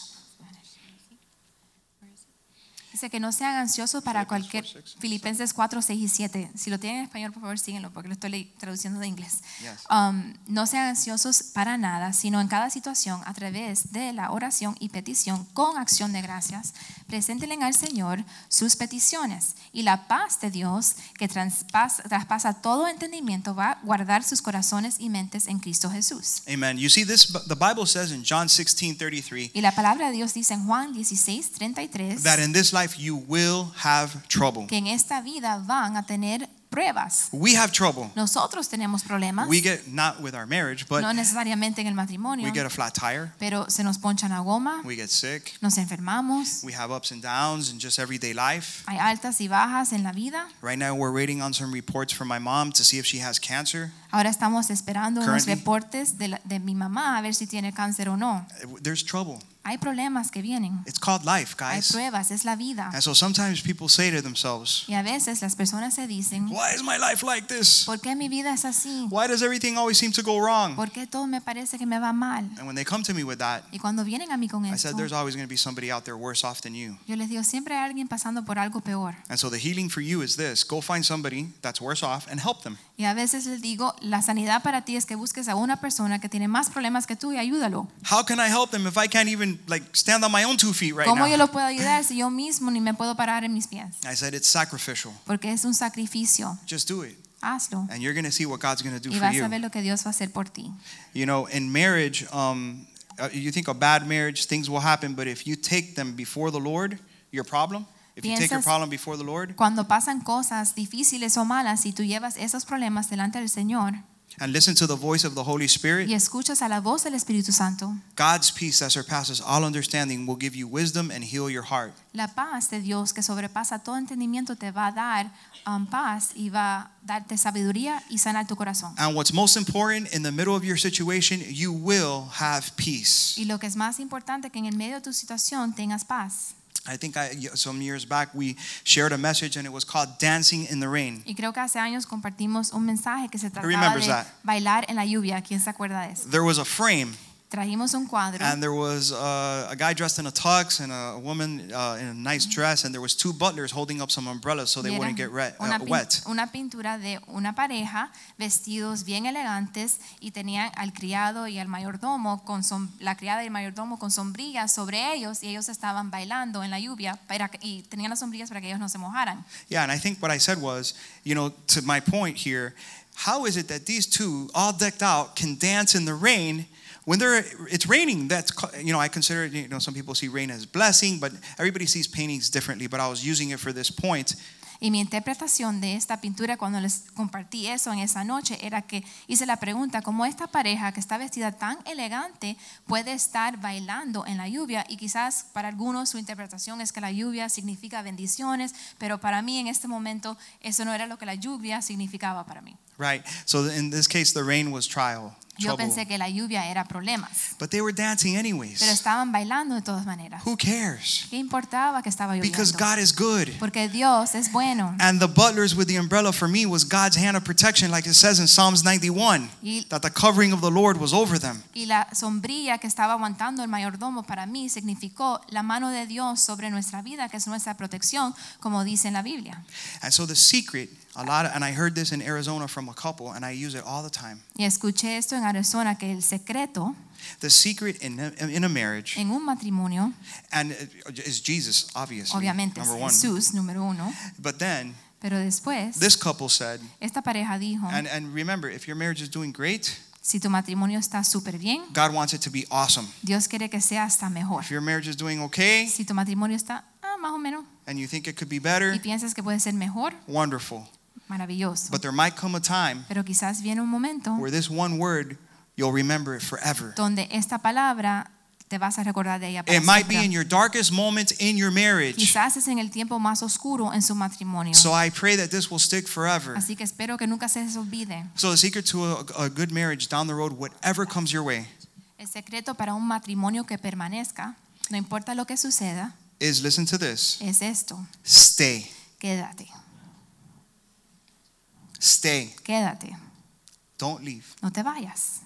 [SPEAKER 2] Dice que no sean ansiosos para cualquier
[SPEAKER 1] Filipenses 4:6, sorry.
[SPEAKER 2] Filipenses 4, 6 y 7. Si lo tienen en español, por favor, síguenlo porque lo estoy le- traduciendo de inglés.
[SPEAKER 1] Yes.
[SPEAKER 2] Um, no sean ansiosos para nada, sino en cada situación, a través de la oración y petición con acción de gracias, preséntenle al Señor sus peticiones y la paz de Dios, que traspasa, traspasa todo entendimiento, va a guardar sus corazones y mentes en Cristo Jesús.
[SPEAKER 1] Amen. You see, this the Bible says in John 16 33
[SPEAKER 2] Y la palabra de Dios dice en Juan 16, 33.
[SPEAKER 1] that in this life you will have trouble.
[SPEAKER 2] que en esta vida van a tener pruebas.
[SPEAKER 1] We have trouble.
[SPEAKER 2] Nosotros tenemos problemas,
[SPEAKER 1] We get not with our marriage,
[SPEAKER 2] no
[SPEAKER 1] but
[SPEAKER 2] necesariamente en el
[SPEAKER 1] we
[SPEAKER 2] matrimonio,
[SPEAKER 1] get a flat tire,
[SPEAKER 2] pero se nos ponchan a goma,
[SPEAKER 1] we get sick,
[SPEAKER 2] nos enfermamos,
[SPEAKER 1] we have ups and downs in just everyday life.
[SPEAKER 2] hay altas y bajas en la vida.
[SPEAKER 1] Right now, we're waiting on some reports from my mom to see if she has cancer.
[SPEAKER 2] Ahora estamos esperando unos
[SPEAKER 1] Currently-
[SPEAKER 2] reportes de, la- de mi mamá a ver si tiene cáncer o no.
[SPEAKER 1] There's trouble.
[SPEAKER 2] Hay problemas que vienen,
[SPEAKER 1] It's called life,
[SPEAKER 2] hay
[SPEAKER 1] guys.
[SPEAKER 2] pruebas, es la vida.
[SPEAKER 1] And so sometimes people say to themselves,
[SPEAKER 2] Y a veces las personas se dicen,
[SPEAKER 1] Why is my life like this?
[SPEAKER 2] ¿por qué mi vida es así?
[SPEAKER 1] Why does everything always seem to go wrong?
[SPEAKER 2] ¿Por qué todo me parece que me va mal?
[SPEAKER 1] And when they come to me with that,
[SPEAKER 2] Y cuando vienen a mí con
[SPEAKER 1] I
[SPEAKER 2] eso,
[SPEAKER 1] said, There's always going to be somebody out there worse off than you.
[SPEAKER 2] yo les digo, siempre hay alguien pasando por algo peor.
[SPEAKER 1] And so the healing for you is this go find somebody that's worse off and help them.
[SPEAKER 2] Y a veces les digo, la sanidad para ti es que busques a una persona que tiene más problemas que tú y ayúdalo.
[SPEAKER 1] How can I help them if I can't even like stand on my own two feet right
[SPEAKER 2] ¿Cómo yo
[SPEAKER 1] now?
[SPEAKER 2] lo puedo ayudar si yo mismo ni me puedo parar en mis pies?
[SPEAKER 1] I said it's sacrificial.
[SPEAKER 2] Porque es un sacrificio.
[SPEAKER 1] Just do it,
[SPEAKER 2] Hazlo.
[SPEAKER 1] and you're gonna see what God's gonna do
[SPEAKER 2] Y
[SPEAKER 1] for
[SPEAKER 2] vas
[SPEAKER 1] you.
[SPEAKER 2] a ver lo que Dios va a hacer por ti.
[SPEAKER 1] You know, in marriage, um, uh, you think a bad marriage, things will happen, but if you take them before the Lord, your problem. If you take your
[SPEAKER 2] Piensas-
[SPEAKER 1] problem before the Lord
[SPEAKER 2] Cuando pasan cosas difíciles o malas y tú llevas esos problemas delante del Señor
[SPEAKER 1] and listen to the voice of the Holy Spirit,
[SPEAKER 2] y escuchas a la voz del Espíritu Santo,
[SPEAKER 1] God's peace that surpasses all understanding will give you wisdom and heal your heart.
[SPEAKER 2] la paz de Dios que sobrepasa todo entendimiento te va a dar um, paz y va a darte sabiduría y sanar tu corazón.
[SPEAKER 1] And what's most important, in the middle of your situation, you will have peace.
[SPEAKER 2] Y lo que es más importante, que en el medio de tu situación tengas paz.
[SPEAKER 1] I think I, some years back we shared a message and it was called Dancing in the Rain.
[SPEAKER 2] Y creo que hace años compartimos un mensaje que se trataba
[SPEAKER 1] remembers
[SPEAKER 2] de
[SPEAKER 1] that?
[SPEAKER 2] bailar en la lluvia. ¿Quién se acuerda de eso?
[SPEAKER 1] There was a frame
[SPEAKER 2] Trajimos un cuadro
[SPEAKER 1] and there was uh, a guy dressed in a tux and a woman uh, in a nice
[SPEAKER 2] Mm-hmm.
[SPEAKER 1] dress and there was two butlers holding up some umbrellas so
[SPEAKER 2] y
[SPEAKER 1] they
[SPEAKER 2] era
[SPEAKER 1] wouldn't get re-
[SPEAKER 2] una,
[SPEAKER 1] uh,
[SPEAKER 2] pin-
[SPEAKER 1] wet.
[SPEAKER 2] una pintura de una pareja vestidos bien elegantes y tenían al criado y al mayordomo con som- la criada y el mayordomo con sombrillas sobre ellos y ellos estaban bailando en la lluvia para que- y tenían las sombrillas para que ellos no se mojaran.
[SPEAKER 1] Yeah, and I think what I said was, you know, to my point here, how is it that these two, all decked out, can dance in the rain when they're it's raining? That's ca- you know, I consider it, you know, some people see rain as blessing, but everybody sees paintings differently. But I was using it for this point.
[SPEAKER 2] Y mi interpretación de esta pintura cuando les compartí eso en esa noche era que hice la pregunta, ¿cómo esta pareja que está vestida tan elegante puede estar bailando en la lluvia? Y quizás para algunos su interpretación es que la lluvia significa bendiciones, pero para mí en este momento eso no era lo que la lluvia significaba para mí.
[SPEAKER 1] right? So in this case, the rain was trial,
[SPEAKER 2] Yo
[SPEAKER 1] trouble.
[SPEAKER 2] pensé que la lluvia era problemas,
[SPEAKER 1] But they were dancing
[SPEAKER 2] pero
[SPEAKER 1] anyways.
[SPEAKER 2] estaban bailando de todas maneras.
[SPEAKER 1] Who cares?
[SPEAKER 2] ¿Qué importaba que estaba
[SPEAKER 1] Because
[SPEAKER 2] lloviendo?
[SPEAKER 1] God is good.
[SPEAKER 2] Porque Dios es bueno.
[SPEAKER 1] And the butlers with the umbrella for me was God's hand of protection, like it says in Psalms 91,
[SPEAKER 2] Y,
[SPEAKER 1] that the covering of the Lord was over them.
[SPEAKER 2] y la sombrilla que estaba aguantando el mayordomo para mí significó la mano de Dios sobre nuestra vida, que es nuestra protección, como dice en la Biblia.
[SPEAKER 1] And so the secret, a lot, of, and I heard this in Arizona from a couple, and I use it all the time.
[SPEAKER 2] Y escuché esto en Arizona, que el secreto
[SPEAKER 1] The secret in a, in a marriage,
[SPEAKER 2] en un matrimonio,
[SPEAKER 1] and is Jesus, obviously,
[SPEAKER 2] obviamente es
[SPEAKER 1] number one.
[SPEAKER 2] Jesús, número uno,
[SPEAKER 1] But then
[SPEAKER 2] pero después
[SPEAKER 1] this couple said,
[SPEAKER 2] esta pareja dijo,
[SPEAKER 1] and, and remember, if your marriage is doing great,
[SPEAKER 2] si tu matrimonio está súper bien,
[SPEAKER 1] God wants it to be awesome.
[SPEAKER 2] Dios quiere que sea hasta mejor.
[SPEAKER 1] If your marriage is doing okay
[SPEAKER 2] Si tu matrimonio está ah, más o menos
[SPEAKER 1] and you think it could be
[SPEAKER 2] y
[SPEAKER 1] better,
[SPEAKER 2] piensas que puede ser mejor,
[SPEAKER 1] wonderful.
[SPEAKER 2] maravilloso.
[SPEAKER 1] But there might come a time
[SPEAKER 2] Pero quizás viene un momento
[SPEAKER 1] where this one word, you'll remember it forever.
[SPEAKER 2] donde esta palabra te vas a recordar de ella. para
[SPEAKER 1] It might be
[SPEAKER 2] siempre.
[SPEAKER 1] in your darkest moment in your marriage.
[SPEAKER 2] Quizás es en el tiempo más oscuro en su matrimonio.
[SPEAKER 1] So I pray that this will stick forever.
[SPEAKER 2] Así que espero que nunca se les olvide.
[SPEAKER 1] So the secret to a, a good marriage down the road, whatever comes your way,
[SPEAKER 2] El secreto para un matrimonio que permanezca, no importa lo que suceda,
[SPEAKER 1] is listen to this.
[SPEAKER 2] es esto.
[SPEAKER 1] Stay.
[SPEAKER 2] Quédate,
[SPEAKER 1] Stay.
[SPEAKER 2] quédate,
[SPEAKER 1] Don't leave.
[SPEAKER 2] no te vayas.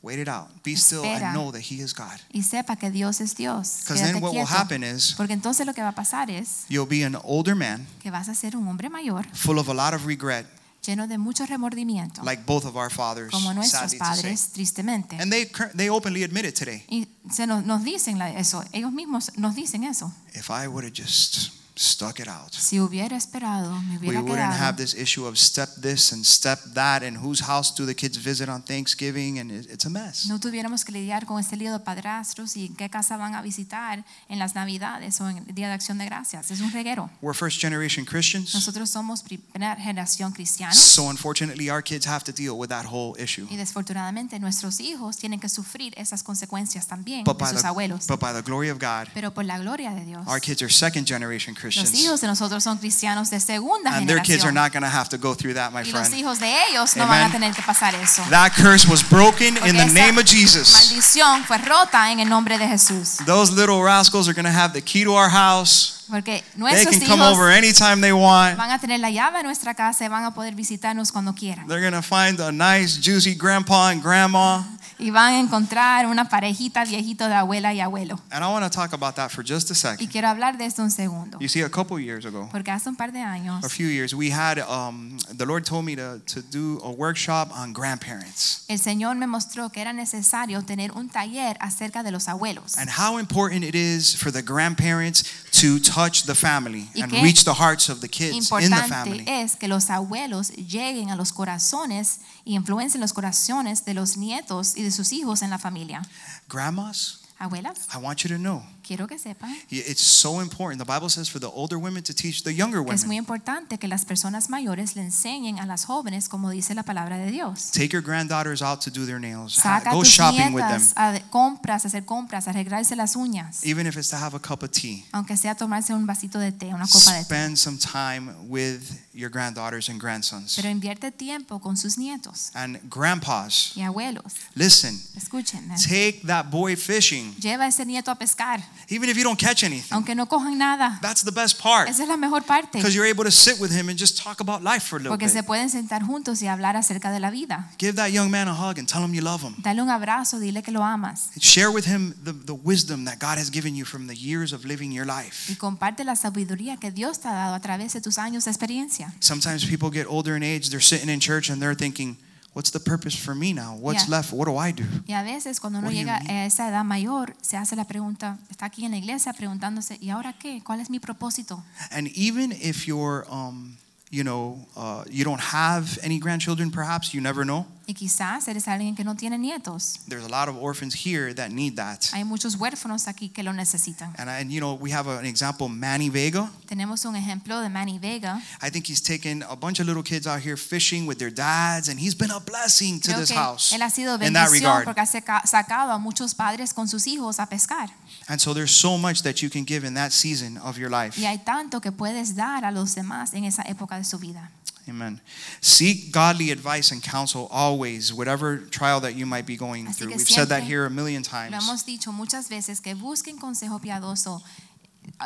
[SPEAKER 1] Wait it out. Be still
[SPEAKER 2] Espera.
[SPEAKER 1] and know that he is God.
[SPEAKER 2] Y sepa que Dios es Dios.
[SPEAKER 1] Because
[SPEAKER 2] Quédate
[SPEAKER 1] then what will
[SPEAKER 2] quieto.
[SPEAKER 1] happen is
[SPEAKER 2] Porque entonces lo que va a pasar es
[SPEAKER 1] you'll be an older man
[SPEAKER 2] que vas a ser un hombre mayor,
[SPEAKER 1] full of a lot of regret,
[SPEAKER 2] lleno de mucho remordimiento,
[SPEAKER 1] like both of our fathers,
[SPEAKER 2] como nuestros
[SPEAKER 1] sadly to say.
[SPEAKER 2] padres, tristemente.
[SPEAKER 1] And they, cur- they openly admit it today.
[SPEAKER 2] Y se nos, nos dicen la- eso, ellos mismos nos dicen eso.
[SPEAKER 1] If I would have just stuck it out,
[SPEAKER 2] Si hubiera esperado, me
[SPEAKER 1] we
[SPEAKER 2] hubiera
[SPEAKER 1] wouldn't have
[SPEAKER 2] quedado.
[SPEAKER 1] this issue of step this and step that, and whose house do the kids visit on Thanksgiving, and it- it's a mess.
[SPEAKER 2] No tuviéramos que lidiar con este lío de padrastros y en qué casa van a visitar en las Navidades o en el Día de Acción de Gracias. Es un reguero.
[SPEAKER 1] We're first generation Christians,
[SPEAKER 2] Nosotros somos primera generación cristianos
[SPEAKER 1] so unfortunately, our kids have to deal with that whole issue.
[SPEAKER 2] y desafortunadamente nuestros hijos tienen que sufrir esas consecuencias también
[SPEAKER 1] But
[SPEAKER 2] de
[SPEAKER 1] by
[SPEAKER 2] sus
[SPEAKER 1] the,
[SPEAKER 2] abuelos.
[SPEAKER 1] but by the glory of God,
[SPEAKER 2] Pero por la gloria de Dios,
[SPEAKER 1] our kids are second generation
[SPEAKER 2] los
[SPEAKER 1] Christians,
[SPEAKER 2] hijos de nosotros son cristianos de segunda
[SPEAKER 1] and their kids are
[SPEAKER 2] generación
[SPEAKER 1] not going to have to go through that, my
[SPEAKER 2] y los
[SPEAKER 1] friend.
[SPEAKER 2] hijos de ellos no van a
[SPEAKER 1] Amen.
[SPEAKER 2] tener que pasar eso.
[SPEAKER 1] That curse was broken in
[SPEAKER 2] Porque
[SPEAKER 1] the
[SPEAKER 2] esa
[SPEAKER 1] name of Jesus.
[SPEAKER 2] Maldición fue rota en el nombre de Jesús.
[SPEAKER 1] Those little rascals are going to have the key to our house.
[SPEAKER 2] Porque
[SPEAKER 1] They
[SPEAKER 2] nuestros
[SPEAKER 1] can come over
[SPEAKER 2] hijos
[SPEAKER 1] anytime they want.
[SPEAKER 2] van a tener la llave a nuestra casa y van a poder visitarnos cuando quieran.
[SPEAKER 1] They're going to find a nice, juicy grandpa and grandma.
[SPEAKER 2] Y van a encontrar una parejita viejito de abuela y abuelo.
[SPEAKER 1] And I want to talk about that for just a
[SPEAKER 2] Y
[SPEAKER 1] second.
[SPEAKER 2] quiero hablar de esto un segundo.
[SPEAKER 1] You see, a couple years ago,
[SPEAKER 2] Porque hace un par de años
[SPEAKER 1] a few years, we had, um, the Lord told me to, to do a workshop on grandparents
[SPEAKER 2] el Señor me mostró que era necesario tener un taller acerca de los abuelos.
[SPEAKER 1] and how important it is for the grandparents to touch the family
[SPEAKER 2] Y
[SPEAKER 1] and
[SPEAKER 2] qué
[SPEAKER 1] reach the hearts of the kids in the family.
[SPEAKER 2] Importante es que los abuelos lleguen a los corazones y influencien los corazones de los nietos y de sus hijos en la familia.
[SPEAKER 1] Grandmas,
[SPEAKER 2] Abuelas,
[SPEAKER 1] I want you to know
[SPEAKER 2] quiero que sepan
[SPEAKER 1] it's so important. The Bible says for the older women to teach the younger
[SPEAKER 2] que es muy
[SPEAKER 1] women.
[SPEAKER 2] importante que las personas mayores le enseñen a las jóvenes como dice la palabra de Dios.
[SPEAKER 1] Take your granddaughters out to do their nails. Ha-
[SPEAKER 2] Saca a
[SPEAKER 1] Go
[SPEAKER 2] tus
[SPEAKER 1] shopping with them.
[SPEAKER 2] nietas a de- compras, a hacer compras, a arreglarse las uñas,
[SPEAKER 1] even if it's to have a cup of tea.
[SPEAKER 2] aunque sea tomarse un vasito de té, una copa de té.
[SPEAKER 1] Spend some time with your granddaughters and grandsons
[SPEAKER 2] Pero invierte tiempo con sus nietos
[SPEAKER 1] and grandpas.
[SPEAKER 2] y abuelos.
[SPEAKER 1] Listen,
[SPEAKER 2] Escuchen, ¿eh?
[SPEAKER 1] take that boy fishing,
[SPEAKER 2] lleva a ese nieto a pescar,
[SPEAKER 1] even if you don't catch anything.
[SPEAKER 2] aunque no cojan nada.
[SPEAKER 1] That's the best part
[SPEAKER 2] Esa es la mejor parte,
[SPEAKER 1] because you're able to sit with him and just talk about life for a little
[SPEAKER 2] porque se
[SPEAKER 1] bit.
[SPEAKER 2] pueden sentar juntos y hablar acerca de la vida.
[SPEAKER 1] Give that young man a hug and tell him you love him.
[SPEAKER 2] Dale un abrazo, dile que lo amas
[SPEAKER 1] Share with him the, the wisdom that God has given you from the years of living your
[SPEAKER 2] y
[SPEAKER 1] life.
[SPEAKER 2] comparte la sabiduría que Dios te ha dado a través de tus años de experiencia.
[SPEAKER 1] Sometimes people get older in age, they're sitting in church and they're thinking, What's the purpose for me now? What's
[SPEAKER 2] Yeah.
[SPEAKER 1] left? What do I do?
[SPEAKER 2] Y a veces cuando uno
[SPEAKER 1] What do you
[SPEAKER 2] llega
[SPEAKER 1] mean?
[SPEAKER 2] a esa edad mayor, se hace la pregunta, está aquí en la iglesia preguntándose, ¿y ahora qué? ¿Cuál es mi propósito?
[SPEAKER 1] And even if you're, um, you know, uh, you don't have any grandchildren, perhaps you never know.
[SPEAKER 2] Y quizás eres alguien que no tiene nietos.
[SPEAKER 1] There's a lot of orphans here that need that.
[SPEAKER 2] Hay muchos huérfanos aquí que lo necesitan.
[SPEAKER 1] And, I, and you know, we have an example, Manny Vega.
[SPEAKER 2] Tenemos un ejemplo de Manny Vega.
[SPEAKER 1] I think he's taken a bunch of little kids out here fishing with their dads, and he's been a blessing to
[SPEAKER 2] Creo
[SPEAKER 1] this
[SPEAKER 2] que
[SPEAKER 1] house
[SPEAKER 2] él ha sido
[SPEAKER 1] in that
[SPEAKER 2] bendición
[SPEAKER 1] regard.
[SPEAKER 2] porque ha saca- sacado a muchos padres con sus hijos a pescar.
[SPEAKER 1] And so there's so much that you can give in that season of your life.
[SPEAKER 2] Y hay tanto que puedes dar a los demás en esa época de su vida.
[SPEAKER 1] Amen. Seek godly advice and counsel always, whatever trial that you might be going
[SPEAKER 2] Así
[SPEAKER 1] through.
[SPEAKER 2] que
[SPEAKER 1] We've said that
[SPEAKER 2] siempre
[SPEAKER 1] here a million
[SPEAKER 2] Lo
[SPEAKER 1] times.
[SPEAKER 2] hemos dicho muchas veces que busquen consejo piadoso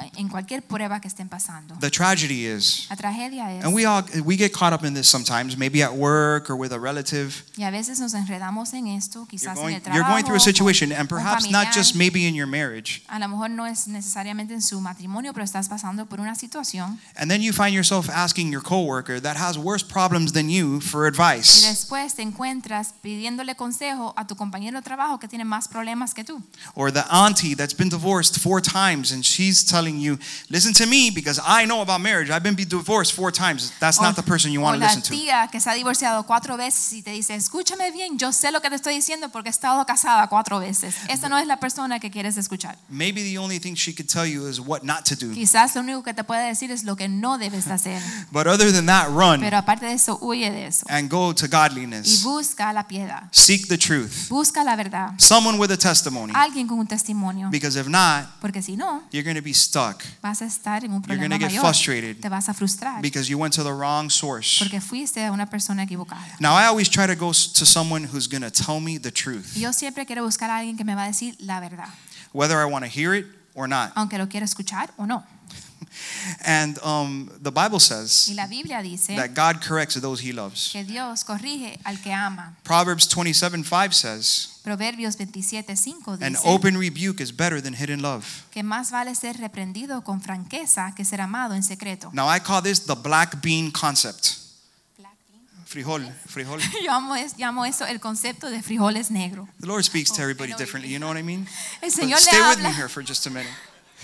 [SPEAKER 2] eh, en cualquier prueba que estén pasando.
[SPEAKER 1] The tragedy is,
[SPEAKER 2] La tragedia es,
[SPEAKER 1] and we all we get caught up in this sometimes, maybe at work or with a relative.
[SPEAKER 2] y a veces nos enredamos en esto,
[SPEAKER 1] You're
[SPEAKER 2] quizás en
[SPEAKER 1] going,
[SPEAKER 2] el
[SPEAKER 1] you're
[SPEAKER 2] trabajo.
[SPEAKER 1] going through a situation, and
[SPEAKER 2] con
[SPEAKER 1] perhaps not
[SPEAKER 2] familiar.
[SPEAKER 1] just maybe in your marriage.
[SPEAKER 2] A lo mejor no es necesariamente en su matrimonio, pero estás pasando por una situación.
[SPEAKER 1] And then you find yourself asking your coworker that has worse problems than you for
[SPEAKER 2] Y
[SPEAKER 1] advice.
[SPEAKER 2] después te encuentras pidiéndole consejo a tu compañero de trabajo que tiene más problemas que tú.
[SPEAKER 1] Or the auntie that's been divorced four times and she's telling you, listen to me because I know about marriage. I've been be- divorced four times. That's not the person you
[SPEAKER 2] o
[SPEAKER 1] want to
[SPEAKER 2] la
[SPEAKER 1] listen to.
[SPEAKER 2] tía que se ha divorciado cuatro veces y te dice, escúchame bien, yo sé lo que te estoy diciendo porque he estado casada cuatro veces. Esa no es la persona que quieres escuchar.
[SPEAKER 1] Maybe the only thing she could tell you is what not to do.
[SPEAKER 2] Quizás lo único que te puede decir es lo que no debes de hacer.
[SPEAKER 1] But other than that, run
[SPEAKER 2] Pero aparte de eso, huye de eso.
[SPEAKER 1] and go to
[SPEAKER 2] Y
[SPEAKER 1] godliness.
[SPEAKER 2] busca la piedad.
[SPEAKER 1] Seek the truth.
[SPEAKER 2] Busca la verdad.
[SPEAKER 1] Someone with a testimony.
[SPEAKER 2] Alguien con un testimonio.
[SPEAKER 1] Because if not,
[SPEAKER 2] Porque si no,
[SPEAKER 1] you're going to be stuck
[SPEAKER 2] vas a estar en un
[SPEAKER 1] You're
[SPEAKER 2] problema
[SPEAKER 1] gonna get
[SPEAKER 2] mayor.
[SPEAKER 1] frustrated.
[SPEAKER 2] Te vas a frustrar.
[SPEAKER 1] because you went to the wrong source.
[SPEAKER 2] Porque fuiste a una persona equivocada.
[SPEAKER 1] Now, I always try to go s- to someone who's going to tell me the
[SPEAKER 2] Y
[SPEAKER 1] truth,
[SPEAKER 2] Yo siempre quiero buscar a alguien que me va a decir la verdad,
[SPEAKER 1] whether I want to hear it or not.
[SPEAKER 2] aunque lo quiero escuchar o no.
[SPEAKER 1] And um, the Bible
[SPEAKER 2] Y
[SPEAKER 1] says
[SPEAKER 2] la Biblia dice
[SPEAKER 1] that God corrects those he loves.
[SPEAKER 2] que Dios corrige al que ama.
[SPEAKER 1] Proverbs 27 5 says,
[SPEAKER 2] Proverbios 27:5
[SPEAKER 1] An
[SPEAKER 2] dice
[SPEAKER 1] open rebuke is better than hidden love.
[SPEAKER 2] que más vale ser reprendido con franqueza que ser amado en secreto.
[SPEAKER 1] Now, I call this the black bean concept. Frijol, frijol.
[SPEAKER 2] Yo amo, es- llamo eso el concepto de frijoles negro.
[SPEAKER 1] The Lord speaks to
[SPEAKER 2] Oh,
[SPEAKER 1] everybody
[SPEAKER 2] I know what you
[SPEAKER 1] differently,
[SPEAKER 2] mean.
[SPEAKER 1] you know what I mean?
[SPEAKER 2] El
[SPEAKER 1] But
[SPEAKER 2] Señor le
[SPEAKER 1] stay with me
[SPEAKER 2] habla,
[SPEAKER 1] here for just a minute.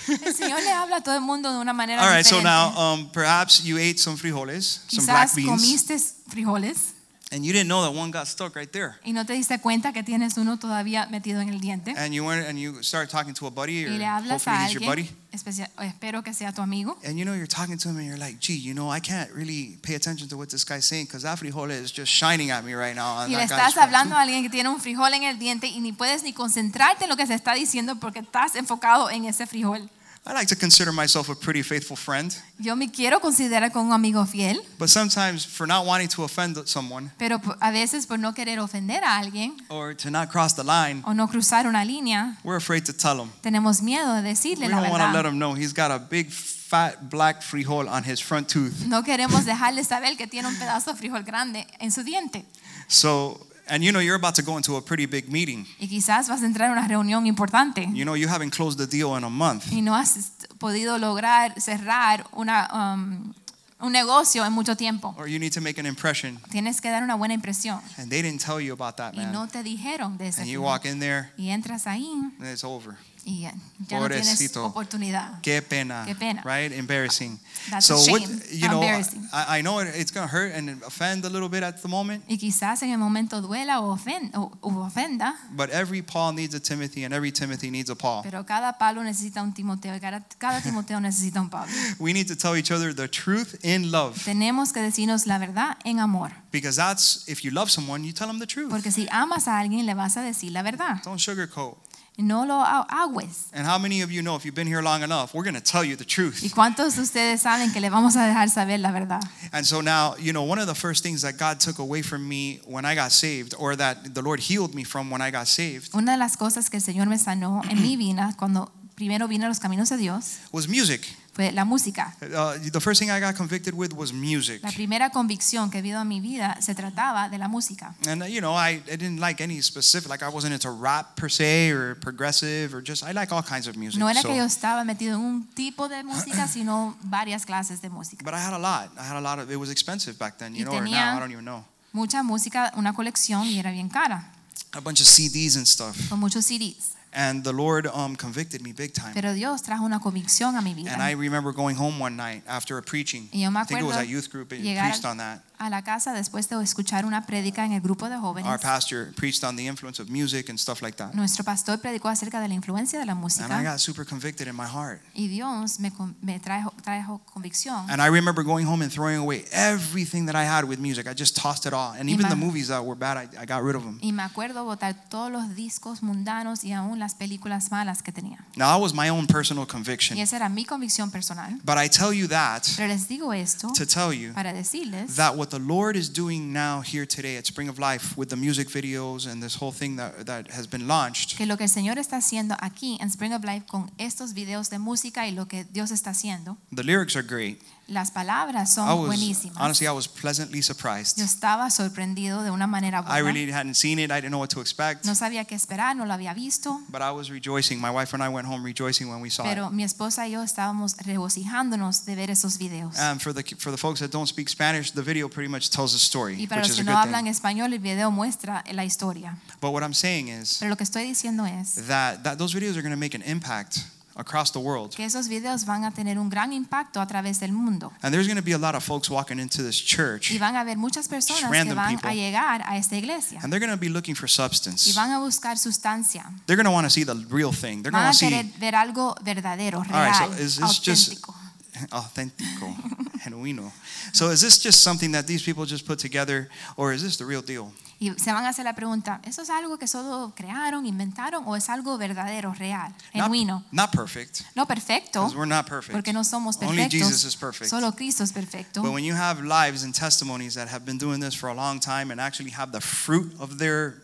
[SPEAKER 2] el Señor le habla a todo el mundo de una manera
[SPEAKER 1] All right, so
[SPEAKER 2] diferente.
[SPEAKER 1] now um, perhaps you ate some frijoles, some black
[SPEAKER 2] Quizás
[SPEAKER 1] beans,
[SPEAKER 2] comiste frijoles
[SPEAKER 1] and you didn't know that one got stuck right there.
[SPEAKER 2] y no te diste cuenta que tienes uno todavía metido en el diente.
[SPEAKER 1] and you went and you start talking to a buddy, or
[SPEAKER 2] ¿Eh? Y le hablas
[SPEAKER 1] hopefully
[SPEAKER 2] a
[SPEAKER 1] he's your buddy,
[SPEAKER 2] alguien, especia- espero que sea tu amigo.
[SPEAKER 1] and you know you're talking to him, and you're like, "Gee, you know, I can't really pay attention to what this guy's saying because that frijole is just shining at me right now." and
[SPEAKER 2] Y le
[SPEAKER 1] that guy's
[SPEAKER 2] estás
[SPEAKER 1] friend."
[SPEAKER 2] hablando a alguien que tiene un frijol en el diente y ni puedes ni concentrarte en lo que se está diciendo porque estás enfocado en ese frijol.
[SPEAKER 1] I like to consider myself a pretty faithful friend,
[SPEAKER 2] Yo me quiero considerar como un amigo fiel,
[SPEAKER 1] but sometimes for not wanting to offend someone
[SPEAKER 2] pero po- a veces por no querer ofender a alguien
[SPEAKER 1] or to not cross the line,
[SPEAKER 2] o no cruzar una línea,
[SPEAKER 1] we're afraid to tell him.
[SPEAKER 2] tenemos miedo de
[SPEAKER 1] We
[SPEAKER 2] decirle la
[SPEAKER 1] don't want to let
[SPEAKER 2] verdad.
[SPEAKER 1] him know he's got a big fat black frijole on his front tooth.
[SPEAKER 2] No queremos dejarle saber que tiene un pedazo de frijol grande en su diente.
[SPEAKER 1] So, and you know you're about to go into a pretty big meeting.
[SPEAKER 2] Y quizás vas a entrar a una reunión importante
[SPEAKER 1] You know you haven't closed the deal in a month.
[SPEAKER 2] y no has podido lograr cerrar una, um, un negocio en mucho tiempo.
[SPEAKER 1] Or you need to make an impression,
[SPEAKER 2] Tienes que dar una buena impresión.
[SPEAKER 1] and they didn't tell you about that,
[SPEAKER 2] y
[SPEAKER 1] man.
[SPEAKER 2] no te dijeron de ese
[SPEAKER 1] And you
[SPEAKER 2] fin.
[SPEAKER 1] walk in there,
[SPEAKER 2] y entras ahí
[SPEAKER 1] and it's over.
[SPEAKER 2] y ya, ya no tienes
[SPEAKER 1] Pobrecito.
[SPEAKER 2] oportunidad
[SPEAKER 1] Qué pena.
[SPEAKER 2] Qué pena.
[SPEAKER 1] Right? Embarrassing.
[SPEAKER 2] That's
[SPEAKER 1] so
[SPEAKER 2] a shame.
[SPEAKER 1] what you
[SPEAKER 2] How
[SPEAKER 1] know,
[SPEAKER 2] embarrassing.
[SPEAKER 1] I, I know it, it's gonna hurt and offend a little bit at the moment,
[SPEAKER 2] y quizás en el momento duela o, ofen- o- u ofenda
[SPEAKER 1] but every Paul needs a Timothy, and every Timothy needs a Paul.
[SPEAKER 2] pero cada Pablo necesita un Timoteo y cada, cada Timoteo necesita un Pablo
[SPEAKER 1] We need to tell each other the truth in love,
[SPEAKER 2] tenemos que decirnos la verdad en amor
[SPEAKER 1] because that's if you love someone, you tell them the truth.
[SPEAKER 2] porque si amas a alguien le vas a decir la verdad
[SPEAKER 1] Don't sugarcoat.
[SPEAKER 2] no lo a- agües
[SPEAKER 1] And how many of you know if you've been here long enough, we're gonna tell you the
[SPEAKER 2] y
[SPEAKER 1] truth.
[SPEAKER 2] cuántos de ustedes saben que le vamos a dejar saber la verdad
[SPEAKER 1] And so now, you know, one of the first things that God took away from me when I got saved, or that the Lord healed me from when I got saved,
[SPEAKER 2] una de las cosas que el Señor me sanó en mi vida cuando primero vine a los caminos de Dios
[SPEAKER 1] was music.
[SPEAKER 2] fue la música
[SPEAKER 1] Uh, the first thing I got convicted with was music.
[SPEAKER 2] La primera convicción que he vivido en mi vida se trataba de la música.
[SPEAKER 1] And uh, you know, I, I didn't like any specific, like I wasn't into rap per se or progressive or just, I like all kinds of music.
[SPEAKER 2] No era
[SPEAKER 1] so-
[SPEAKER 2] que yo estaba metido en un tipo
[SPEAKER 1] <clears throat>
[SPEAKER 2] de música, sino varias clases de música.
[SPEAKER 1] but I had a lot. I had a lot of, it was expensive back then, you
[SPEAKER 2] Y
[SPEAKER 1] know, or now,
[SPEAKER 2] tenía-
[SPEAKER 1] I don't even know.
[SPEAKER 2] Mucha música, una colección y era bien cara,
[SPEAKER 1] A bunch of CDs and stuff.
[SPEAKER 2] con muchos CDs.
[SPEAKER 1] And the Lord um, convicted me big time.
[SPEAKER 2] Pero Dios trajo una convicción a mi vida.
[SPEAKER 1] And I remember going home one night after a preaching.
[SPEAKER 2] Y yo me
[SPEAKER 1] I think it was
[SPEAKER 2] acuerdo
[SPEAKER 1] at youth group. It
[SPEAKER 2] llegar
[SPEAKER 1] preached
[SPEAKER 2] al-
[SPEAKER 1] on that.
[SPEAKER 2] a la casa después de escuchar una prédica en el grupo de jóvenes.
[SPEAKER 1] Our pastor preached on the influence of music and stuff like that.
[SPEAKER 2] Nuestro pastor predicó acerca de la influencia de la
[SPEAKER 1] And I
[SPEAKER 2] música
[SPEAKER 1] got super convicted in my heart.
[SPEAKER 2] y Dios me, con- me trajo, trajo convicción.
[SPEAKER 1] And I remember going home and throwing away everything that I had with music. I just tossed it all. And even the
[SPEAKER 2] Ima-
[SPEAKER 1] movies that were bad, I, I got rid of them.
[SPEAKER 2] Y me acuerdo botar todos los discos mundanos y aún las películas malas que tenía.
[SPEAKER 1] Now, that was my own personal conviction.
[SPEAKER 2] Y esa era mi convicción personal.
[SPEAKER 1] But I tell you that
[SPEAKER 2] Pero les digo esto
[SPEAKER 1] to tell you
[SPEAKER 2] para decirles
[SPEAKER 1] that what the Lord is doing now here today at Spring of Life with the music videos and this whole thing that, that has been launched
[SPEAKER 2] que lo que el Señor está haciendo aquí en Spring of Life con estos videos de música y lo que Dios está haciendo,
[SPEAKER 1] the lyrics are great.
[SPEAKER 2] las palabras
[SPEAKER 1] I
[SPEAKER 2] son
[SPEAKER 1] was
[SPEAKER 2] buenísimas.
[SPEAKER 1] honestly I was pleasantly
[SPEAKER 2] Yo
[SPEAKER 1] surprised.
[SPEAKER 2] estaba sorprendido de una manera
[SPEAKER 1] I
[SPEAKER 2] buena.
[SPEAKER 1] really hadn't seen it. I didn't know what to expect.
[SPEAKER 2] No sabía qué esperar, no lo había visto,
[SPEAKER 1] But I was rejoicing. My wife and I went home rejoicing when we saw it.
[SPEAKER 2] pero mi esposa y yo estábamos regocijándonos de ver esos videos.
[SPEAKER 1] And for the for the folks that don't speak Spanish, the video pretty much tells the story,
[SPEAKER 2] Y para
[SPEAKER 1] which
[SPEAKER 2] los
[SPEAKER 1] is
[SPEAKER 2] que
[SPEAKER 1] a
[SPEAKER 2] no
[SPEAKER 1] good
[SPEAKER 2] hablan
[SPEAKER 1] thing.
[SPEAKER 2] español, el video muestra la historia.
[SPEAKER 1] But what I'm saying is
[SPEAKER 2] Pero lo que estoy diciendo es
[SPEAKER 1] that, that those videos are going to make an impact across the world.
[SPEAKER 2] que esos videos van a tener un gran impacto a través del mundo.
[SPEAKER 1] And there's going to be a lot of folks walking into this church,
[SPEAKER 2] Y van a haber muchas personas que
[SPEAKER 1] Random
[SPEAKER 2] van
[SPEAKER 1] people.
[SPEAKER 2] a llegar a esta iglesia
[SPEAKER 1] and they're going to be looking for
[SPEAKER 2] y
[SPEAKER 1] substance.
[SPEAKER 2] van a buscar sustancia.
[SPEAKER 1] They're going to want to see the real thing. They're
[SPEAKER 2] Van
[SPEAKER 1] going
[SPEAKER 2] a
[SPEAKER 1] to
[SPEAKER 2] querer
[SPEAKER 1] see
[SPEAKER 2] ver algo verdadero,
[SPEAKER 1] right, so
[SPEAKER 2] real,
[SPEAKER 1] is this just-
[SPEAKER 2] auténtico.
[SPEAKER 1] <laughs> authentico, genuino. So is this just something that these people just put together, or is this the real deal?
[SPEAKER 2] Y se van a hacer la pregunta, ¿eso es algo que solo crearon, inventaron o es algo verdadero, real,
[SPEAKER 1] Not,
[SPEAKER 2] genuino?
[SPEAKER 1] not perfect,
[SPEAKER 2] No perfecto,
[SPEAKER 1] because we're not perfect.
[SPEAKER 2] porque no somos
[SPEAKER 1] Only Jesus
[SPEAKER 2] perfectos.
[SPEAKER 1] is perfect.
[SPEAKER 2] Solo Cristo es perfecto.
[SPEAKER 1] But when you have lives and testimonies that have been doing this for a long time and actually have the fruit of their,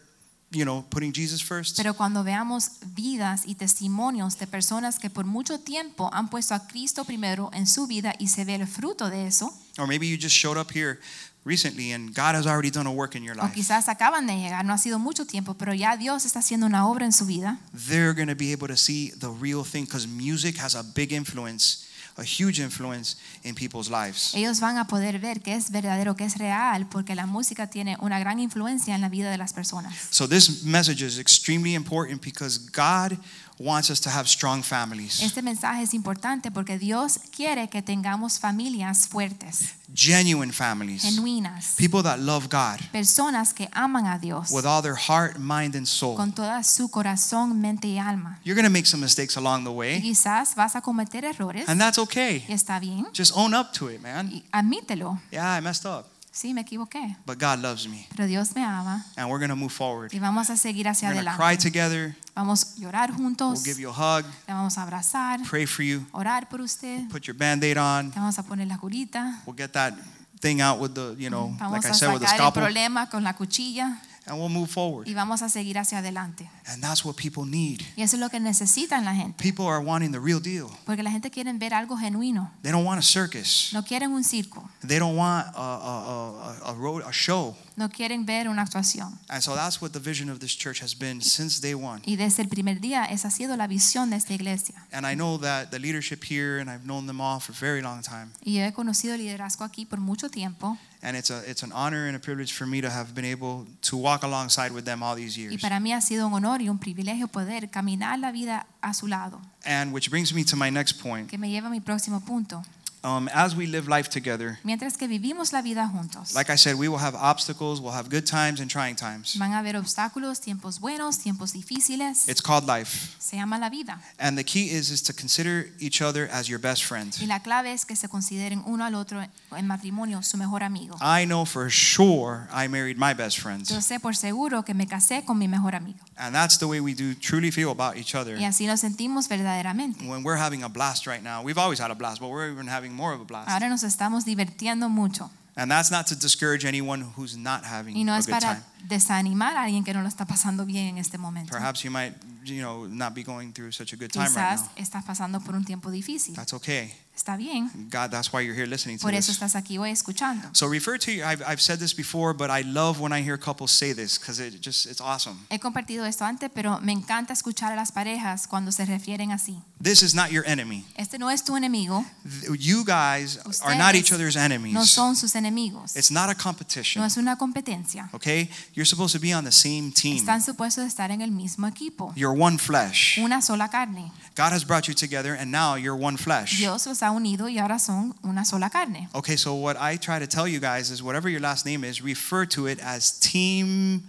[SPEAKER 1] you know, putting Jesus first,
[SPEAKER 2] Pero cuando veamos vidas y testimonios de personas que por mucho tiempo han puesto a Cristo primero en su vida y se ve el fruto de eso,
[SPEAKER 1] or maybe you just showed up here recently and God has already done a work in your
[SPEAKER 2] o
[SPEAKER 1] life,
[SPEAKER 2] quizás acaban de llegar, no ha sido mucho tiempo, pero ya Dios está haciendo una obra en su vida,
[SPEAKER 1] they're going to be able to see the real thing because music has a big influence, a huge influence in people's lives.
[SPEAKER 2] ellos van a poder ver que es verdadero, que es real, porque la música tiene una gran influencia en la vida de las personas.
[SPEAKER 1] So this message is extremely important because God wants us to have strong families,
[SPEAKER 2] Este mensaje es importante porque Dios quiere que tengamos familias fuertes,
[SPEAKER 1] genuine families,
[SPEAKER 2] genuinas,
[SPEAKER 1] people that love God
[SPEAKER 2] personas que aman a Dios
[SPEAKER 1] with all their heart, mind, and soul.
[SPEAKER 2] con toda su corazón, mente y alma.
[SPEAKER 1] You're going to make some mistakes along the
[SPEAKER 2] Y
[SPEAKER 1] way,
[SPEAKER 2] quizás vas a cometer errores
[SPEAKER 1] and that's okay.
[SPEAKER 2] y está bien.
[SPEAKER 1] Just own up to it, man.
[SPEAKER 2] Y admítelo.
[SPEAKER 1] Yeah, I messed up,
[SPEAKER 2] Sí, me equivoqué,
[SPEAKER 1] but God loves me,
[SPEAKER 2] pero Dios me ama
[SPEAKER 1] and we're going to move forward.
[SPEAKER 2] y vamos a seguir hacia
[SPEAKER 1] We're going to cry
[SPEAKER 2] adelante.
[SPEAKER 1] together.
[SPEAKER 2] Vamos a llorar
[SPEAKER 1] We'll
[SPEAKER 2] juntos,
[SPEAKER 1] give you a hug,
[SPEAKER 2] le vamos a abrazar,
[SPEAKER 1] pray for you,
[SPEAKER 2] orar por usted,
[SPEAKER 1] put your band aid on.
[SPEAKER 2] le vamos a poner la curita,
[SPEAKER 1] We'll get that thing out with the, you know,
[SPEAKER 2] vamos
[SPEAKER 1] like I
[SPEAKER 2] a
[SPEAKER 1] said, with the
[SPEAKER 2] sacar el
[SPEAKER 1] scalpel,
[SPEAKER 2] problema con la cuchilla
[SPEAKER 1] and we'll move forward.
[SPEAKER 2] y vamos a seguir hacia adelante.
[SPEAKER 1] And that's what people need.
[SPEAKER 2] Y eso es lo que necesitan la gente,
[SPEAKER 1] People are wanting the real deal.
[SPEAKER 2] porque la gente quiere ver algo genuino,
[SPEAKER 1] They don't want a circus.
[SPEAKER 2] no quieren un circo,
[SPEAKER 1] They don't want a, a, a, a road, a show.
[SPEAKER 2] no quieren ver una actuación.
[SPEAKER 1] And so that's what the vision of this church has been since day one.
[SPEAKER 2] Y desde el primer día esa ha sido la visión de esta iglesia.
[SPEAKER 1] And I know that the leadership here, and I've known them all for a very long time.
[SPEAKER 2] Y yo he conocido el liderazgo aquí por mucho tiempo
[SPEAKER 1] And it's, a, it's an honor and a privilege for me to have been able to walk alongside with them all these
[SPEAKER 2] y
[SPEAKER 1] years.
[SPEAKER 2] para mí ha sido un honor y un privilegio poder caminar la vida a su lado,
[SPEAKER 1] And which brings me to my next point.
[SPEAKER 2] que me lleva a mi próximo punto.
[SPEAKER 1] Um, as we live life together,
[SPEAKER 2] Mientras que vivimos la vida juntos,
[SPEAKER 1] like I said, we will have obstacles, we'll have good times and trying times.
[SPEAKER 2] van a haber obstáculos, tiempos buenos, tiempos difíciles,
[SPEAKER 1] It's called life.
[SPEAKER 2] se llama la vida.
[SPEAKER 1] And the key is, is to consider each other as your best friend.
[SPEAKER 2] Y la clave es que se consideren uno al otro en matrimonio su mejor amigo.
[SPEAKER 1] I know for sure I married my best friend.
[SPEAKER 2] Yo sé por seguro que me casé con mi mejor amigo
[SPEAKER 1] And that's the way we do truly feel about each other.
[SPEAKER 2] y así nos sentimos verdaderamente.
[SPEAKER 1] When we're having a blast right now, we've always had a blast, but we're even having more of a blast.
[SPEAKER 2] Ahora nos estamos divirtiendo mucho
[SPEAKER 1] And that's not to discourage anyone who's not having
[SPEAKER 2] y no
[SPEAKER 1] a
[SPEAKER 2] es
[SPEAKER 1] good time.
[SPEAKER 2] para desanimar a alguien que no lo está pasando bien en este momento.
[SPEAKER 1] Perhaps you might, you know, not be going through such a good time right
[SPEAKER 2] Quizás
[SPEAKER 1] now.
[SPEAKER 2] estás pasando por un tiempo difícil.
[SPEAKER 1] That's okay.
[SPEAKER 2] Está bien.
[SPEAKER 1] God, that's why you're here listening to
[SPEAKER 2] Por eso
[SPEAKER 1] this.
[SPEAKER 2] estás aquí hoy escuchando.
[SPEAKER 1] So refer to, I've, I've said this before, but I love when I hear couples say this because it just, it's awesome.
[SPEAKER 2] He compartido esto antes, pero me encanta escuchar a las parejas cuando se refieren así.
[SPEAKER 1] This is not your enemy.
[SPEAKER 2] Este no es tu enemigo,
[SPEAKER 1] Th- You guys are not
[SPEAKER 2] Ustedes
[SPEAKER 1] each other's enemies.
[SPEAKER 2] no son sus enemigos,
[SPEAKER 1] It's not a competition.
[SPEAKER 2] no es una competencia.
[SPEAKER 1] Okay? You're supposed to be on the same team.
[SPEAKER 2] Están supuestos de estar en el mismo equipo.
[SPEAKER 1] You're one flesh.
[SPEAKER 2] Una sola carne.
[SPEAKER 1] God has brought you together and now you're one flesh.
[SPEAKER 2] Dios los ha unido y ahora son una sola carne.
[SPEAKER 1] Okay, so what I try to tell you guys is whatever your last name is, refer to it as Team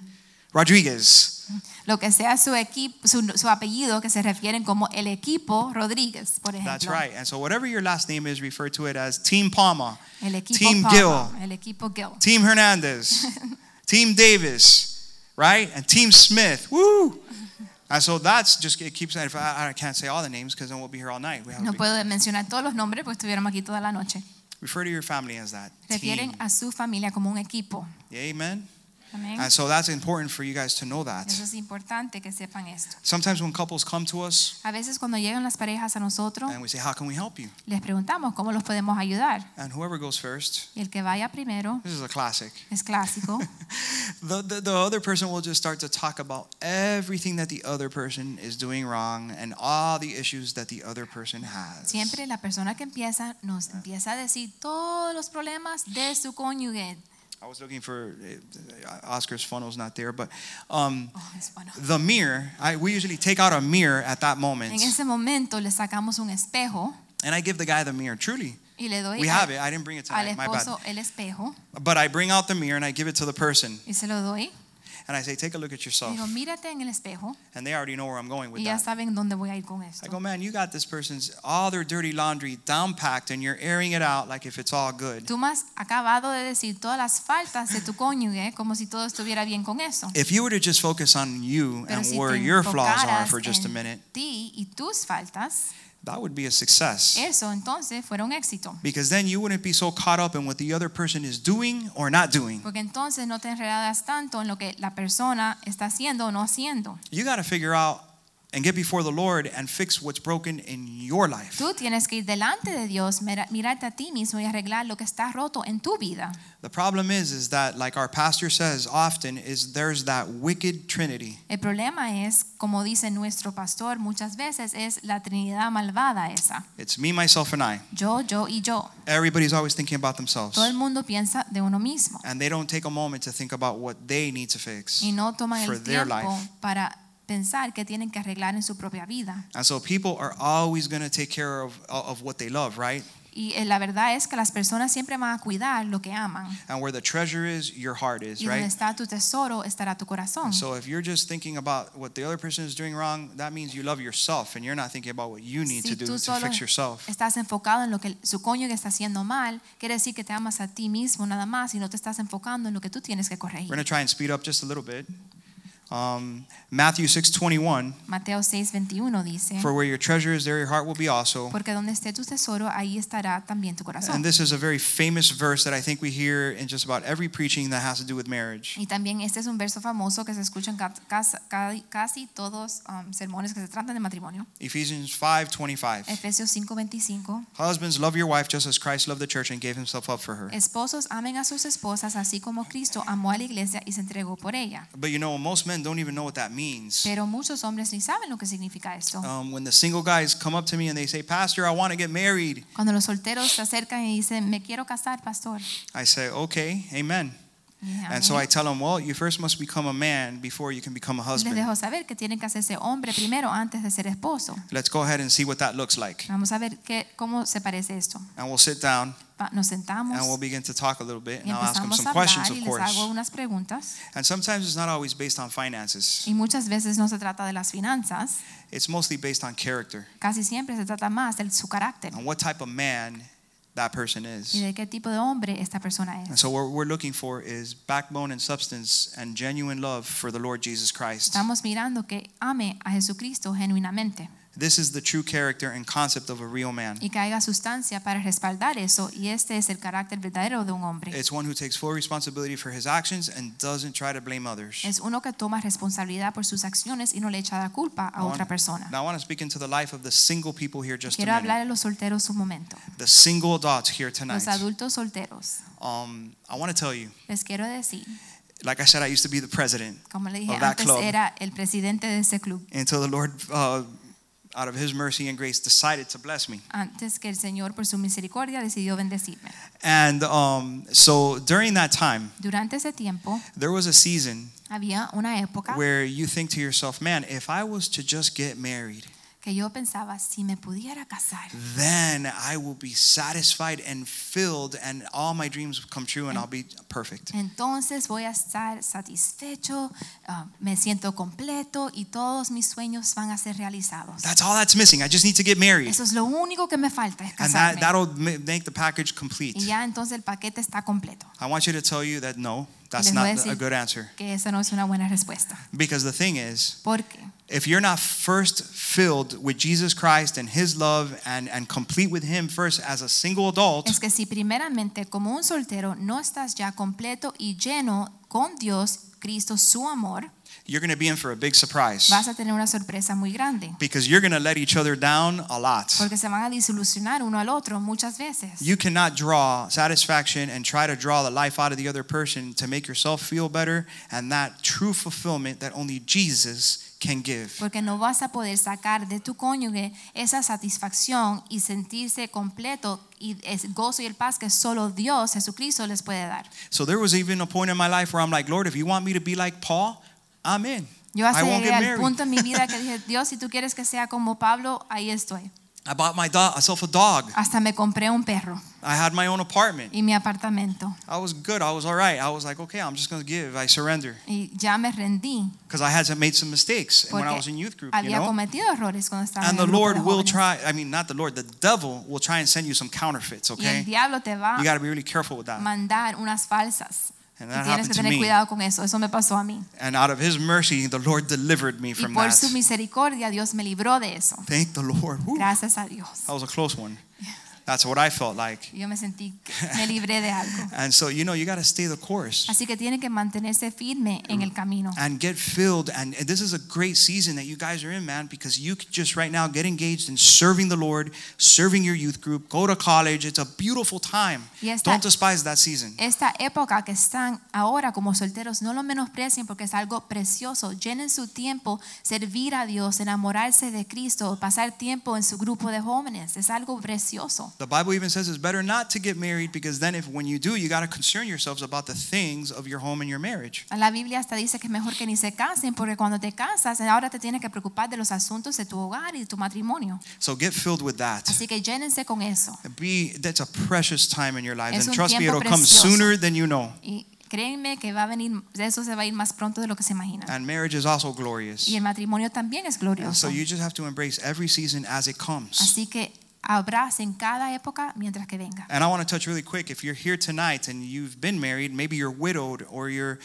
[SPEAKER 1] Rodriguez.
[SPEAKER 2] Lo que sea su, equipo, su, su apellido que se refieren como el equipo Rodríguez, por ejemplo.
[SPEAKER 1] That's right. And so whatever your last name is, refer to it as Team Palma,
[SPEAKER 2] El equipo
[SPEAKER 1] Team
[SPEAKER 2] Palma,
[SPEAKER 1] Gill.
[SPEAKER 2] El equipo Gill.
[SPEAKER 1] Team
[SPEAKER 2] <laughs>
[SPEAKER 1] Hernandez, Team Davis, right? And Team Smith.
[SPEAKER 2] <laughs>
[SPEAKER 1] Woo! And so that's just, it keeps, if I, I can't say all the names because then we'll be here all night. We have to
[SPEAKER 2] No
[SPEAKER 1] be-
[SPEAKER 2] puedo mencionar todos los nombres porque estuviéramos aquí toda la noche.
[SPEAKER 1] refer to your family as that.
[SPEAKER 2] Refieren
[SPEAKER 1] Team.
[SPEAKER 2] a su familia como un equipo.
[SPEAKER 1] Amen.
[SPEAKER 2] Amén.
[SPEAKER 1] And so that's important for you guys to know that.
[SPEAKER 2] Eso es importante que sepan esto.
[SPEAKER 1] Sometimes when couples come to us
[SPEAKER 2] A veces cuando llegan las parejas a nosotros,
[SPEAKER 1] and we say, How can we help you?
[SPEAKER 2] les preguntamos cómo los podemos ayudar.
[SPEAKER 1] And whoever goes first,
[SPEAKER 2] Y el que vaya primero
[SPEAKER 1] this is a classic.
[SPEAKER 2] es <laughs> clásico.
[SPEAKER 1] The, the, the other person will just start to talk about everything that the other person is doing wrong and all the issues that the other person has.
[SPEAKER 2] Siempre la persona que empieza nos empieza a decir todos los problemas de su cónyuge.
[SPEAKER 1] I was looking for uh, Oscar's funnel's not there, but um,
[SPEAKER 2] Oh, es bueno.
[SPEAKER 1] the mirror. I, we usually take out a mirror at that
[SPEAKER 2] En
[SPEAKER 1] moment,
[SPEAKER 2] ese momento le sacamos un espejo
[SPEAKER 1] and I give the guy the mirror. Truly,
[SPEAKER 2] y le doy
[SPEAKER 1] we
[SPEAKER 2] a-
[SPEAKER 1] have it. I didn't bring it
[SPEAKER 2] al
[SPEAKER 1] tonight. My bad.
[SPEAKER 2] esposo el espejo
[SPEAKER 1] But I bring out the mirror and I give it to the person,
[SPEAKER 2] y se lo doy.
[SPEAKER 1] and I say, "Take a look at
[SPEAKER 2] Y
[SPEAKER 1] yourself."
[SPEAKER 2] digo, mírate en el espejo
[SPEAKER 1] And they already know where I'm going with
[SPEAKER 2] y ya
[SPEAKER 1] that.
[SPEAKER 2] saben dónde voy a ir con
[SPEAKER 1] I go,
[SPEAKER 2] esto.
[SPEAKER 1] man, you got this person's all their dirty laundry down packed, and you're airing it out like if it's all good.
[SPEAKER 2] Tú me has acabado de decir todas las faltas de tu cónyuge como si todo estuviera bien con eso.
[SPEAKER 1] If you were to just focus on you
[SPEAKER 2] Pero
[SPEAKER 1] and
[SPEAKER 2] si
[SPEAKER 1] where
[SPEAKER 2] te
[SPEAKER 1] your flaws are
[SPEAKER 2] enfocaras
[SPEAKER 1] for just a
[SPEAKER 2] en
[SPEAKER 1] minute,
[SPEAKER 2] ti y tus faltas,
[SPEAKER 1] that would be a success.
[SPEAKER 2] eso entonces fuera un éxito.
[SPEAKER 1] Because then you wouldn't be so caught up in what the other person is doing or not doing.
[SPEAKER 2] Porque entonces no te enredas tanto en lo que la persona está haciendo o no haciendo.
[SPEAKER 1] You got to figure out and get before the Lord and fix what's broken in your life.
[SPEAKER 2] Tú tienes que ir delante de Dios, mira- mirarte a ti mismo y arreglar lo que está roto en tu vida.
[SPEAKER 1] The problem is is that like our pastor says often is there's that wicked trinity.
[SPEAKER 2] El problema es, como dice nuestro pastor muchas veces, es la Trinidad malvada esa.
[SPEAKER 1] It's me myself and I.
[SPEAKER 2] Yo, yo y yo.
[SPEAKER 1] Everybody's always thinking about themselves
[SPEAKER 2] Todo el mundo piensa de uno mismo
[SPEAKER 1] and they don't take a moment to think about what they need to fix
[SPEAKER 2] y no toman
[SPEAKER 1] for
[SPEAKER 2] el
[SPEAKER 1] their
[SPEAKER 2] tiempo
[SPEAKER 1] life.
[SPEAKER 2] para pensar que tienen que arreglar en su propia vida.
[SPEAKER 1] And so people are always going to take care of of what they love, right?
[SPEAKER 2] Y eh, la verdad es que las personas siempre van a cuidar lo que aman.
[SPEAKER 1] And where the treasure is, your heart is,
[SPEAKER 2] Y donde
[SPEAKER 1] right?
[SPEAKER 2] está tu tesoro estará tu corazón.
[SPEAKER 1] So if you're just thinking about what the other person is doing wrong, that means you love yourself and you're not thinking about what you need
[SPEAKER 2] Si
[SPEAKER 1] to do
[SPEAKER 2] tú
[SPEAKER 1] to
[SPEAKER 2] solo
[SPEAKER 1] fix yourself.
[SPEAKER 2] estás enfocado en lo que su cónyuge está haciendo mal, quiere decir que te amas a ti mismo nada más y no te estás enfocando en lo que tú tienes que
[SPEAKER 1] We're going
[SPEAKER 2] corregir.
[SPEAKER 1] to try and speed up just a little bit. Um, Matthew 6:21
[SPEAKER 2] Mateo 6:21 dice,
[SPEAKER 1] for where your treasure is there your heart will be also.
[SPEAKER 2] porque donde esté tu tesoro, ahí estará también tu corazón.
[SPEAKER 1] And this is a very famous verse that I think we hear in just about every preaching that has to do with marriage.
[SPEAKER 2] Y también este es un verso famoso que se escucha en ca- cas- ca- casi todos um, sermones que se tratan de matrimonio.
[SPEAKER 1] Ephesians 5:25.
[SPEAKER 2] Efesios 5:25.
[SPEAKER 1] Husbands love your wife just as Christ loved the church and gave himself up for her.
[SPEAKER 2] Esposos amen a sus esposas así como Cristo amó a la iglesia y se entregó por ella.
[SPEAKER 1] But you know most men don't even know what that means.
[SPEAKER 2] Pero muchos hombres ni saben lo que significa esto.
[SPEAKER 1] Um, when the single guys come up to me and they say, "Pastor, I want to get married."
[SPEAKER 2] Cuando los solteros se acercan y dicen, me quiero casar, pastor.
[SPEAKER 1] I say, okay, amen.
[SPEAKER 2] Y dije,
[SPEAKER 1] And so I
[SPEAKER 2] "Amén".
[SPEAKER 1] tell them, well, you first must become a man before you can become a
[SPEAKER 2] Les
[SPEAKER 1] husband.
[SPEAKER 2] dejo saber que tienen que hacerse hombre primero antes de ser esposo.
[SPEAKER 1] Let's go ahead and see what that looks like.
[SPEAKER 2] Vamos a ver qué, cómo se parece esto.
[SPEAKER 1] And we'll sit down
[SPEAKER 2] Pa- Nos sentamos
[SPEAKER 1] and we'll begin to talk a little bit.
[SPEAKER 2] y
[SPEAKER 1] And I'll ask them
[SPEAKER 2] empezamos
[SPEAKER 1] some
[SPEAKER 2] a
[SPEAKER 1] questions,
[SPEAKER 2] hablar y
[SPEAKER 1] of
[SPEAKER 2] les hago
[SPEAKER 1] course.
[SPEAKER 2] unas preguntas.
[SPEAKER 1] And sometimes it's not always based on finances,
[SPEAKER 2] Y muchas veces no se trata de las finanzas,
[SPEAKER 1] it's mostly based on character
[SPEAKER 2] casi siempre se trata más de su carácter
[SPEAKER 1] and what type of man that person
[SPEAKER 2] y
[SPEAKER 1] is.
[SPEAKER 2] de qué tipo de hombre esta persona
[SPEAKER 1] And
[SPEAKER 2] es.
[SPEAKER 1] so, what we're looking for is backbone and substance and genuine love for the Lord Jesus Christ.
[SPEAKER 2] Estamos mirando que ame a Jesucristo genuinamente
[SPEAKER 1] This is the true character and concept of a real man.
[SPEAKER 2] y que haya sustancia para respaldar eso y este es el carácter verdadero de un hombre.
[SPEAKER 1] It's one who takes full responsibility for his actions and doesn't try to blame others.
[SPEAKER 2] Es uno que toma responsabilidad por sus acciones y no le echa la culpa
[SPEAKER 1] I
[SPEAKER 2] a otra
[SPEAKER 1] wanna-
[SPEAKER 2] persona.
[SPEAKER 1] Now I want to speak into the life of the single people here just
[SPEAKER 2] Quiero
[SPEAKER 1] a minute.
[SPEAKER 2] hablar a los solteros un momento.
[SPEAKER 1] The single adults here tonight.
[SPEAKER 2] Los adultos solteros.
[SPEAKER 1] Um, I want to tell you,
[SPEAKER 2] Les quiero decir,
[SPEAKER 1] like I said, I used to be the president
[SPEAKER 2] como le dije
[SPEAKER 1] Of that
[SPEAKER 2] antes,
[SPEAKER 1] club.
[SPEAKER 2] era el presidente de ese club.
[SPEAKER 1] until the Lord uh, out of his mercy and grace, decided to bless me.
[SPEAKER 2] antes que el Señor por su misericordia decidió bendecirme.
[SPEAKER 1] And um, so during that time,
[SPEAKER 2] Durante ese tiempo
[SPEAKER 1] there was a season
[SPEAKER 2] había una época
[SPEAKER 1] where you think to yourself, man, if I was to just get married,
[SPEAKER 2] que yo pensaba, si me pudiera casar,
[SPEAKER 1] then I will be satisfied and filled, and all my dreams will come true, and I'll be perfect.
[SPEAKER 2] entonces voy a estar satisfecho, ah, me siento completo y todos mis sueños van a ser realizados.
[SPEAKER 1] That's all that's missing. I just need to get married.
[SPEAKER 2] Eso es lo único que me falta, es
[SPEAKER 1] And that,
[SPEAKER 2] casarme.
[SPEAKER 1] that'll ma- make the package complete.
[SPEAKER 2] Y ya entonces el paquete está completo,
[SPEAKER 1] I want you to tell you that no, that's
[SPEAKER 2] Les voy a
[SPEAKER 1] not
[SPEAKER 2] decir-
[SPEAKER 1] a good answer.
[SPEAKER 2] que esa no es una buena respuesta.
[SPEAKER 1] Because the thing is,
[SPEAKER 2] Porque
[SPEAKER 1] if you're not first filled with Jesus Christ and His love and, and complete with Him first as a single adult,
[SPEAKER 2] es que si primeramente como un soltero no estás ya completo y lleno con Dios, Cristo, su amor,
[SPEAKER 1] you're going to be in for a big surprise.
[SPEAKER 2] vas a tener una sorpresa muy grande.
[SPEAKER 1] Because you're going to let each other down a lot.
[SPEAKER 2] Porque se van a desilusionar uno al otro muchas veces.
[SPEAKER 1] You cannot draw satisfaction and try to draw the life out of the other person to make yourself feel better and that true fulfillment that only Jesus can give.
[SPEAKER 2] Porque no vas a poder sacar de tu cónyuge esa satisfacción y sentirse completo y el gozo y el paz que solo Dios, Jesucristo, les puede dar.
[SPEAKER 1] So there was even a point in my life where I'm like, Lord, if you want me to be like Paul, I'm in.
[SPEAKER 2] Yo hasta
[SPEAKER 1] I won't
[SPEAKER 2] llegué
[SPEAKER 1] get
[SPEAKER 2] al
[SPEAKER 1] married.
[SPEAKER 2] punto en mi vida que dije, Dios, si tú quieres que sea como Pablo, ahí estoy.
[SPEAKER 1] I bought my dog, myself a dog.
[SPEAKER 2] Hasta me compré un perro
[SPEAKER 1] I had my own apartment.
[SPEAKER 2] y mi apartamento
[SPEAKER 1] I was good. I was all right. I was like, okay, I'm just going to give. I surrender.
[SPEAKER 2] y ya me rendí
[SPEAKER 1] Because I had some- made some mistakes when I
[SPEAKER 2] porque
[SPEAKER 1] was in youth group, you
[SPEAKER 2] había
[SPEAKER 1] know?
[SPEAKER 2] cometido errores cuando estaba
[SPEAKER 1] And
[SPEAKER 2] en
[SPEAKER 1] the
[SPEAKER 2] el grupo
[SPEAKER 1] Lord
[SPEAKER 2] de
[SPEAKER 1] will
[SPEAKER 2] jóvenes.
[SPEAKER 1] try, I mean, not the Lord, the devil will try and send you some counterfeits,
[SPEAKER 2] y el
[SPEAKER 1] okay?
[SPEAKER 2] diablo te va
[SPEAKER 1] You got to be really careful with that.
[SPEAKER 2] mandar unas falsas.
[SPEAKER 1] And
[SPEAKER 2] Y
[SPEAKER 1] that
[SPEAKER 2] tienes
[SPEAKER 1] happened
[SPEAKER 2] que
[SPEAKER 1] to
[SPEAKER 2] tener
[SPEAKER 1] me.
[SPEAKER 2] cuidado con eso. Eso me pasó a mí.
[SPEAKER 1] And out of His mercy, the Lord delivered me
[SPEAKER 2] Y
[SPEAKER 1] from
[SPEAKER 2] por su
[SPEAKER 1] that.
[SPEAKER 2] misericordia Dios me libró de eso.
[SPEAKER 1] Thank the Lord. Woo. That
[SPEAKER 2] Gracias a Dios.
[SPEAKER 1] was a close one. That's what I felt like.
[SPEAKER 2] Yo me sentí, que me libré de algo.
[SPEAKER 1] And so, you know, you got to stay the course
[SPEAKER 2] Así que tiene que mantenerse firme en el camino.
[SPEAKER 1] and get filled. And and this is a great season that you guys are in, man, because you could just right now get engaged in serving the Lord, serving your youth group, go to college. It's a beautiful time.
[SPEAKER 2] Y esta-
[SPEAKER 1] Don't despise that season.
[SPEAKER 2] Esta época que están ahora como solteros, no lo menosprecien porque es algo precioso. Llenen su tiempo, servir a Dios, enamorarse de Cristo, pasar tiempo en su grupo de jóvenes. Es algo precioso.
[SPEAKER 1] The Bible even says it's better not to get married because then, if when you do, you got to concern yourselves about the things of your home and your marriage.
[SPEAKER 2] La Biblia hasta dice que es mejor que ni se casen porque cuando te casas ahora te tienes que preocupar de los asuntos de tu hogar y de tu matrimonio.
[SPEAKER 1] So get filled with that.
[SPEAKER 2] Así que llénense con eso.
[SPEAKER 1] Be that's a precious time in your lives,
[SPEAKER 2] Es
[SPEAKER 1] and
[SPEAKER 2] un
[SPEAKER 1] trust me,
[SPEAKER 2] tiempo
[SPEAKER 1] it'll come
[SPEAKER 2] precioso.
[SPEAKER 1] sooner than you know.
[SPEAKER 2] Y créanme que va a venir, eso se va a ir más pronto de lo que se imagina.
[SPEAKER 1] And marriage is also glorious.
[SPEAKER 2] Y el matrimonio también es
[SPEAKER 1] And
[SPEAKER 2] glorioso.
[SPEAKER 1] Ah, so you just have to embrace every season as it comes.
[SPEAKER 2] Así que abracen cada época mientras que venga.
[SPEAKER 1] And I want to touch really quick. If you're here tonight and you've been married, maybe you're widowed, or you're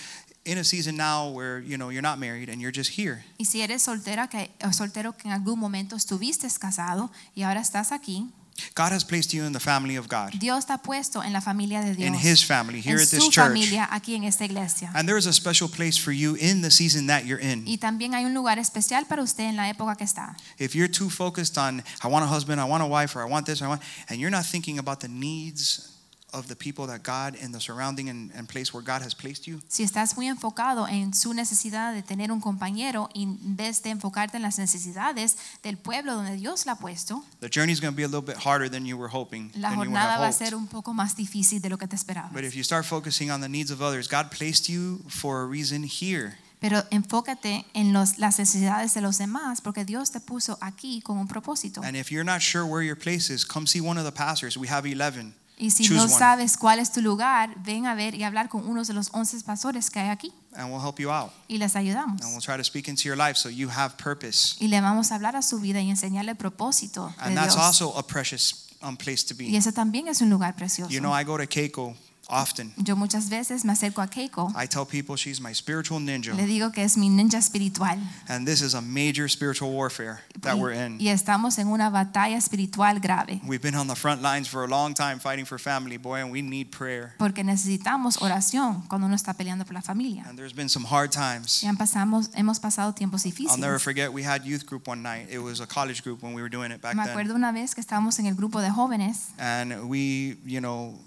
[SPEAKER 1] in a season now where you know you're not married and you're just here.
[SPEAKER 2] Y si eres soltera que, o soltero que en algún momento estuviste casado y ahora estás aquí,
[SPEAKER 1] God has placed you in the family of God,
[SPEAKER 2] Dios te ha puesto en la familia de Dios.
[SPEAKER 1] in His family, here
[SPEAKER 2] en
[SPEAKER 1] at this
[SPEAKER 2] su
[SPEAKER 1] church. Ah.
[SPEAKER 2] familia, aquí en esta iglesia.
[SPEAKER 1] And there is a special place for you in the season that you're in.
[SPEAKER 2] Y también hay un lugar especial para usted en la época que está.
[SPEAKER 1] If you're too focused on I want a husband, I want a wife, or I want this, I want, and you're not thinking about the needs of the people that God in the surrounding and, and place where God has placed you,
[SPEAKER 2] Si estás muy enfocado en su necesidad de tener un compañero y en vez de enfocarte en las necesidades del pueblo donde Dios la ha puesto,
[SPEAKER 1] the journey's going to be a little bit harder than you were hoping.
[SPEAKER 2] la
[SPEAKER 1] than you would
[SPEAKER 2] jornada
[SPEAKER 1] have
[SPEAKER 2] va a
[SPEAKER 1] hoped.
[SPEAKER 2] ser un poco más difícil de lo que te esperabas.
[SPEAKER 1] But if you start focusing on the needs of others, God placed you for a reason here.
[SPEAKER 2] Pero enfócate en los- las necesidades de los demás, porque Dios te puso aquí con un propósito.
[SPEAKER 1] And if you're not sure where your place is, come see one of the pastors. We have 11.
[SPEAKER 2] Y si
[SPEAKER 1] choose
[SPEAKER 2] no
[SPEAKER 1] one.
[SPEAKER 2] sabes cuál es tu lugar, ven a ver y hablar con uno de los 11 pastores que hay aquí
[SPEAKER 1] And we'll help you out.
[SPEAKER 2] y les ayudamos.
[SPEAKER 1] And we'll try to speak into your life so you have purpose.
[SPEAKER 2] Y le vamos a hablar a su vida y enseñarle el propósito de
[SPEAKER 1] And that's
[SPEAKER 2] Dios.
[SPEAKER 1] also a precious um, place to
[SPEAKER 2] Y
[SPEAKER 1] be.
[SPEAKER 2] eso también es un lugar precioso.
[SPEAKER 1] You know, I go to Keiko often.
[SPEAKER 2] Yo muchas veces me acerco a Keiko,
[SPEAKER 1] I tell people she's my spiritual
[SPEAKER 2] le
[SPEAKER 1] ninja.
[SPEAKER 2] digo que es mi ninja espiritual.
[SPEAKER 1] And this is a major spiritual warfare that we're in.
[SPEAKER 2] Y, y estamos en una batalla espiritual grave,
[SPEAKER 1] We've been on the front lines for a long time fighting for family, boy, and we need prayer.
[SPEAKER 2] porque necesitamos oración cuando uno está peleando por la familia.
[SPEAKER 1] And there's been some hard times.
[SPEAKER 2] Ya pasamos, hemos pasado tiempos
[SPEAKER 1] I'll never
[SPEAKER 2] difíciles.
[SPEAKER 1] forget, we had youth group one night. It was a college group when we were doing it back
[SPEAKER 2] Me
[SPEAKER 1] then.
[SPEAKER 2] acuerdo una vez que estábamos en el grupo de jóvenes
[SPEAKER 1] And we, you know,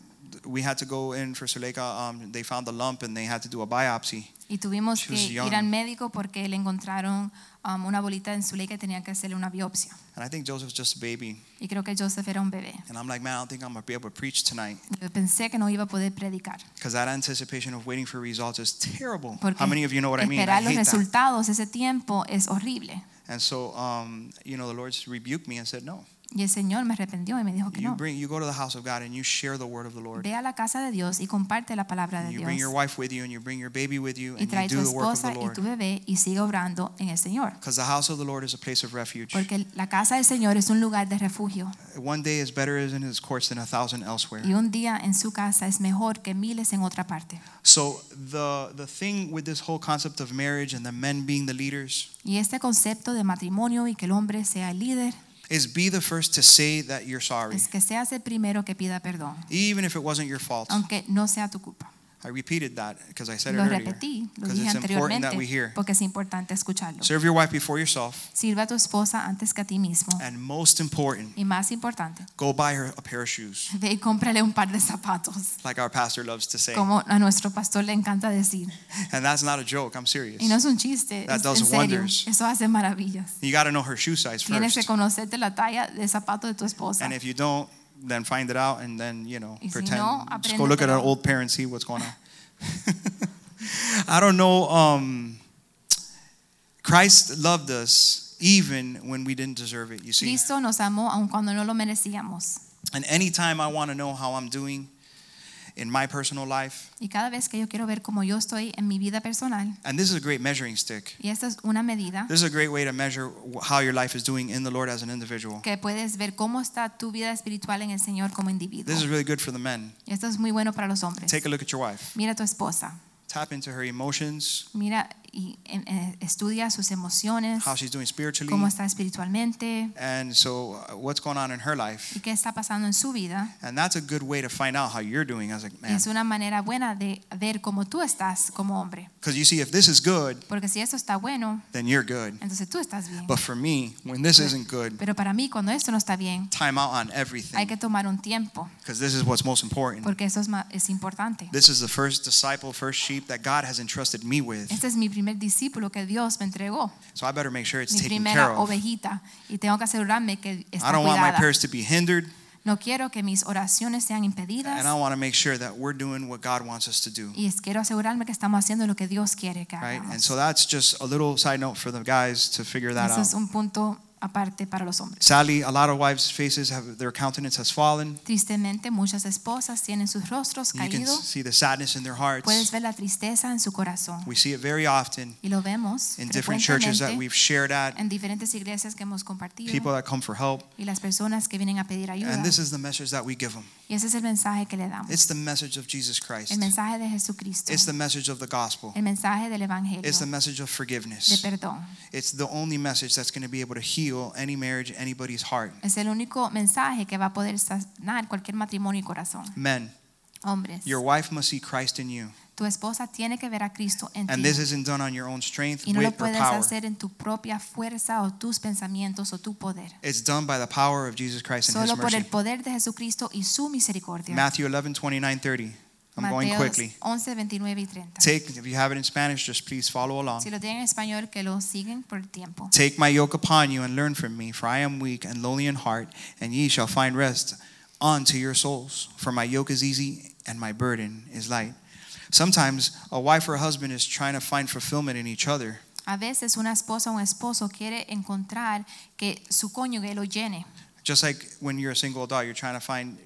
[SPEAKER 1] we had to go in for Suleika. Um, they found the lump and they had to do a biopsy.
[SPEAKER 2] Y y tuvimos
[SPEAKER 1] She
[SPEAKER 2] que
[SPEAKER 1] was young.
[SPEAKER 2] ir al médico porque le encontraron um, una bolita en su ley que tenía que hacerle una biopsia.
[SPEAKER 1] And I think Joseph's just a baby.
[SPEAKER 2] Y creo que Joseph era un bebé.
[SPEAKER 1] And I'm like, man, I don't think I'm going to be able to preach tonight
[SPEAKER 2] Yo pensé que no iba a poder predicar.
[SPEAKER 1] because that anticipation of waiting for results is terrible.
[SPEAKER 2] Porque
[SPEAKER 1] How many of you know what I mean? I
[SPEAKER 2] esperar los
[SPEAKER 1] hate that.
[SPEAKER 2] resultados ese tiempo es horrible.
[SPEAKER 1] And so, um, you know, the Lord rebuked me and said, no.
[SPEAKER 2] Y el Señor me arrepintió y me dijo que
[SPEAKER 1] You
[SPEAKER 2] no.
[SPEAKER 1] bring, you go to the house of God and you share the word of the Lord.
[SPEAKER 2] Ve a la casa de Dios y comparte la palabra de
[SPEAKER 1] And you bring your
[SPEAKER 2] Dios.
[SPEAKER 1] wife with you and you bring your baby with you
[SPEAKER 2] Y
[SPEAKER 1] and you
[SPEAKER 2] trae tu
[SPEAKER 1] do the work of
[SPEAKER 2] esposa
[SPEAKER 1] the
[SPEAKER 2] y
[SPEAKER 1] Lord.
[SPEAKER 2] tu bebé y sigue obrando en el Señor.
[SPEAKER 1] Because the house of the Lord is a place of refuge.
[SPEAKER 2] Porque la casa del Señor es un lugar de refugio.
[SPEAKER 1] One day is better in his courts than a thousand elsewhere.
[SPEAKER 2] Y un día en su casa es mejor que miles en otra parte.
[SPEAKER 1] So the the thing with this whole concept of marriage and the men being the leaders
[SPEAKER 2] Y este concepto de matrimonio y que el hombre sea el líder
[SPEAKER 1] is be the first to say that you're sorry,
[SPEAKER 2] es que seas el primero que pida perdón,
[SPEAKER 1] even if it wasn't your fault.
[SPEAKER 2] aunque no sea tu culpa.
[SPEAKER 1] I repeated that because I said it
[SPEAKER 2] Lo
[SPEAKER 1] earlier.
[SPEAKER 2] repetí, lo
[SPEAKER 1] Because
[SPEAKER 2] dije
[SPEAKER 1] it's important that we
[SPEAKER 2] anteriormente,
[SPEAKER 1] hear.
[SPEAKER 2] porque es importante escucharlo.
[SPEAKER 1] Serve your wife before yourself,
[SPEAKER 2] Sirve a tu esposa antes que a ti mismo.
[SPEAKER 1] and most important,
[SPEAKER 2] Y más importante,
[SPEAKER 1] go buy her a pair of shoes,
[SPEAKER 2] ve y cómprale un par de zapatos,
[SPEAKER 1] like our pastor loves to say.
[SPEAKER 2] como a nuestro pastor le encanta decir.
[SPEAKER 1] And that's not a joke. I'm serious.
[SPEAKER 2] Y no es un chiste,
[SPEAKER 1] That
[SPEAKER 2] es
[SPEAKER 1] does
[SPEAKER 2] en serio.
[SPEAKER 1] wonders.
[SPEAKER 2] Eso hace maravillas.
[SPEAKER 1] You got to know her shoe size
[SPEAKER 2] Tienes
[SPEAKER 1] first.
[SPEAKER 2] que conocerte la talla de zapato de tu esposa.
[SPEAKER 1] And if you don't, then find it out and then, you know,
[SPEAKER 2] Y si
[SPEAKER 1] pretend.
[SPEAKER 2] no,
[SPEAKER 1] just go look at our
[SPEAKER 2] apréndetelo.
[SPEAKER 1] old parents, see what's going on. <laughs> I don't know. Um, Christ loved us even when we didn't deserve it, you see.
[SPEAKER 2] Cristo nos amó aun cuando no lo merecíamos.
[SPEAKER 1] And anytime I want to know how I'm doing in my personal life,
[SPEAKER 2] Y cada vez que yo quiero ver cómo yo estoy en mi vida personal,
[SPEAKER 1] and this is a great measuring stick.
[SPEAKER 2] y esta es una medida
[SPEAKER 1] This is a great way to measure wh- how your life is doing in the Lord as an individual.
[SPEAKER 2] que puedes ver cómo está tu vida espiritual en el Señor como individuo.
[SPEAKER 1] This is really good for the men.
[SPEAKER 2] Y esto es muy bueno para los hombres.
[SPEAKER 1] Take a look at your wife.
[SPEAKER 2] Mira a tu esposa,
[SPEAKER 1] Tap into her emotions,
[SPEAKER 2] mira y en- eh, estudia sus emociones,
[SPEAKER 1] how she's doing spiritually,
[SPEAKER 2] cómo está espiritualmente
[SPEAKER 1] and so uh, what's going on in her life
[SPEAKER 2] y qué está pasando en su vida.
[SPEAKER 1] and that's a good way to find out how you're doing as a
[SPEAKER 2] Y
[SPEAKER 1] man
[SPEAKER 2] es una manera buena de ver cómo tú estás como hombre.
[SPEAKER 1] because you see if this is good
[SPEAKER 2] Porque si eso está bueno,
[SPEAKER 1] then you're good
[SPEAKER 2] entonces tú estás bien.
[SPEAKER 1] but for me when this isn't good
[SPEAKER 2] Pero para mí, cuando esto no está bien,
[SPEAKER 1] time out on
[SPEAKER 2] hay
[SPEAKER 1] everything
[SPEAKER 2] que tomar un tiempo,
[SPEAKER 1] because this is what's most important
[SPEAKER 2] porque eso es, ma- es importante.
[SPEAKER 1] this is the first disciple first sheep that god has entrusted me with
[SPEAKER 2] Este es mi primer discípulo que Dios me entregó,
[SPEAKER 1] so i better make sure it's
[SPEAKER 2] mi
[SPEAKER 1] taken care
[SPEAKER 2] primera
[SPEAKER 1] of
[SPEAKER 2] ovejita, y tengo que asegurarme que
[SPEAKER 1] i
[SPEAKER 2] está
[SPEAKER 1] don't want my
[SPEAKER 2] cuidada.
[SPEAKER 1] prayers to be hindered
[SPEAKER 2] No quiero que mis oraciones
[SPEAKER 1] and i
[SPEAKER 2] sean impedidas,
[SPEAKER 1] want to make sure that we're doing what god wants us to do
[SPEAKER 2] y es- quiero asegurarme que estamos haciendo lo que Dios quiere que
[SPEAKER 1] right and
[SPEAKER 2] hagamos.
[SPEAKER 1] so that's just a little side note for the guys to figure that um,
[SPEAKER 2] Eso es
[SPEAKER 1] out
[SPEAKER 2] un punto aparte para los hombres.
[SPEAKER 1] sadly a lot of wives faces have their countenance has fallen
[SPEAKER 2] Tristemente, muchas esposas tienen sus rostros
[SPEAKER 1] You can
[SPEAKER 2] caídos.
[SPEAKER 1] see the sadness in their
[SPEAKER 2] Puedes
[SPEAKER 1] hearts.
[SPEAKER 2] ver la tristeza en su corazón.
[SPEAKER 1] We see it very often
[SPEAKER 2] Y lo vemos
[SPEAKER 1] in different churches that we've
[SPEAKER 2] frecuentemente
[SPEAKER 1] shared at,
[SPEAKER 2] en diferentes iglesias que hemos compartido
[SPEAKER 1] people that come for help.
[SPEAKER 2] y las personas que vienen a pedir ayuda.
[SPEAKER 1] And this is the message that we give them
[SPEAKER 2] Y ese es el mensaje que le damos.
[SPEAKER 1] it's the message of Jesus
[SPEAKER 2] El
[SPEAKER 1] Christ,
[SPEAKER 2] mensaje de Jesucristo.
[SPEAKER 1] it's the message of the gospel,
[SPEAKER 2] El mensaje del Evangelio.
[SPEAKER 1] it's the
[SPEAKER 2] De
[SPEAKER 1] message of forgiveness.
[SPEAKER 2] perdón.
[SPEAKER 1] It's the only message that's going to be able to heal any marriage, anybody's heart.
[SPEAKER 2] Es el único mensaje que va a poder sanar cualquier matrimonio y corazón.
[SPEAKER 1] Men,
[SPEAKER 2] Hombres,
[SPEAKER 1] your wife must see Christ in you.
[SPEAKER 2] tu esposa tiene que ver a Cristo en
[SPEAKER 1] And
[SPEAKER 2] ti.
[SPEAKER 1] this isn't done on your own strength,
[SPEAKER 2] Y no lo
[SPEAKER 1] wit, or
[SPEAKER 2] puedes
[SPEAKER 1] power.
[SPEAKER 2] hacer en tu propia fuerza o tus pensamientos o tu poder.
[SPEAKER 1] It's done by the power of Jesus Christ and
[SPEAKER 2] Solo
[SPEAKER 1] His
[SPEAKER 2] por el
[SPEAKER 1] mercy.
[SPEAKER 2] poder de Jesucristo y su misericordia.
[SPEAKER 1] Matthew 11, 29, 30. I'm going
[SPEAKER 2] Mateos
[SPEAKER 1] quickly.
[SPEAKER 2] 11, 29 y 30.
[SPEAKER 1] Take, if you have it in Spanish, just please follow along.
[SPEAKER 2] Si lo tienen en español, que lo siguen por el tiempo.
[SPEAKER 1] Take my yoke upon you and learn from me, for I am weak and lowly in heart, and ye shall find rest unto your souls. For my yoke is easy and my burden is light. Sometimes a wife or husband is trying to find fulfillment in each other,
[SPEAKER 2] A veces una esposa o un esposo quiere encontrar que su cónyuge lo llene.
[SPEAKER 1] just like when you're a single adult, you're trying to find,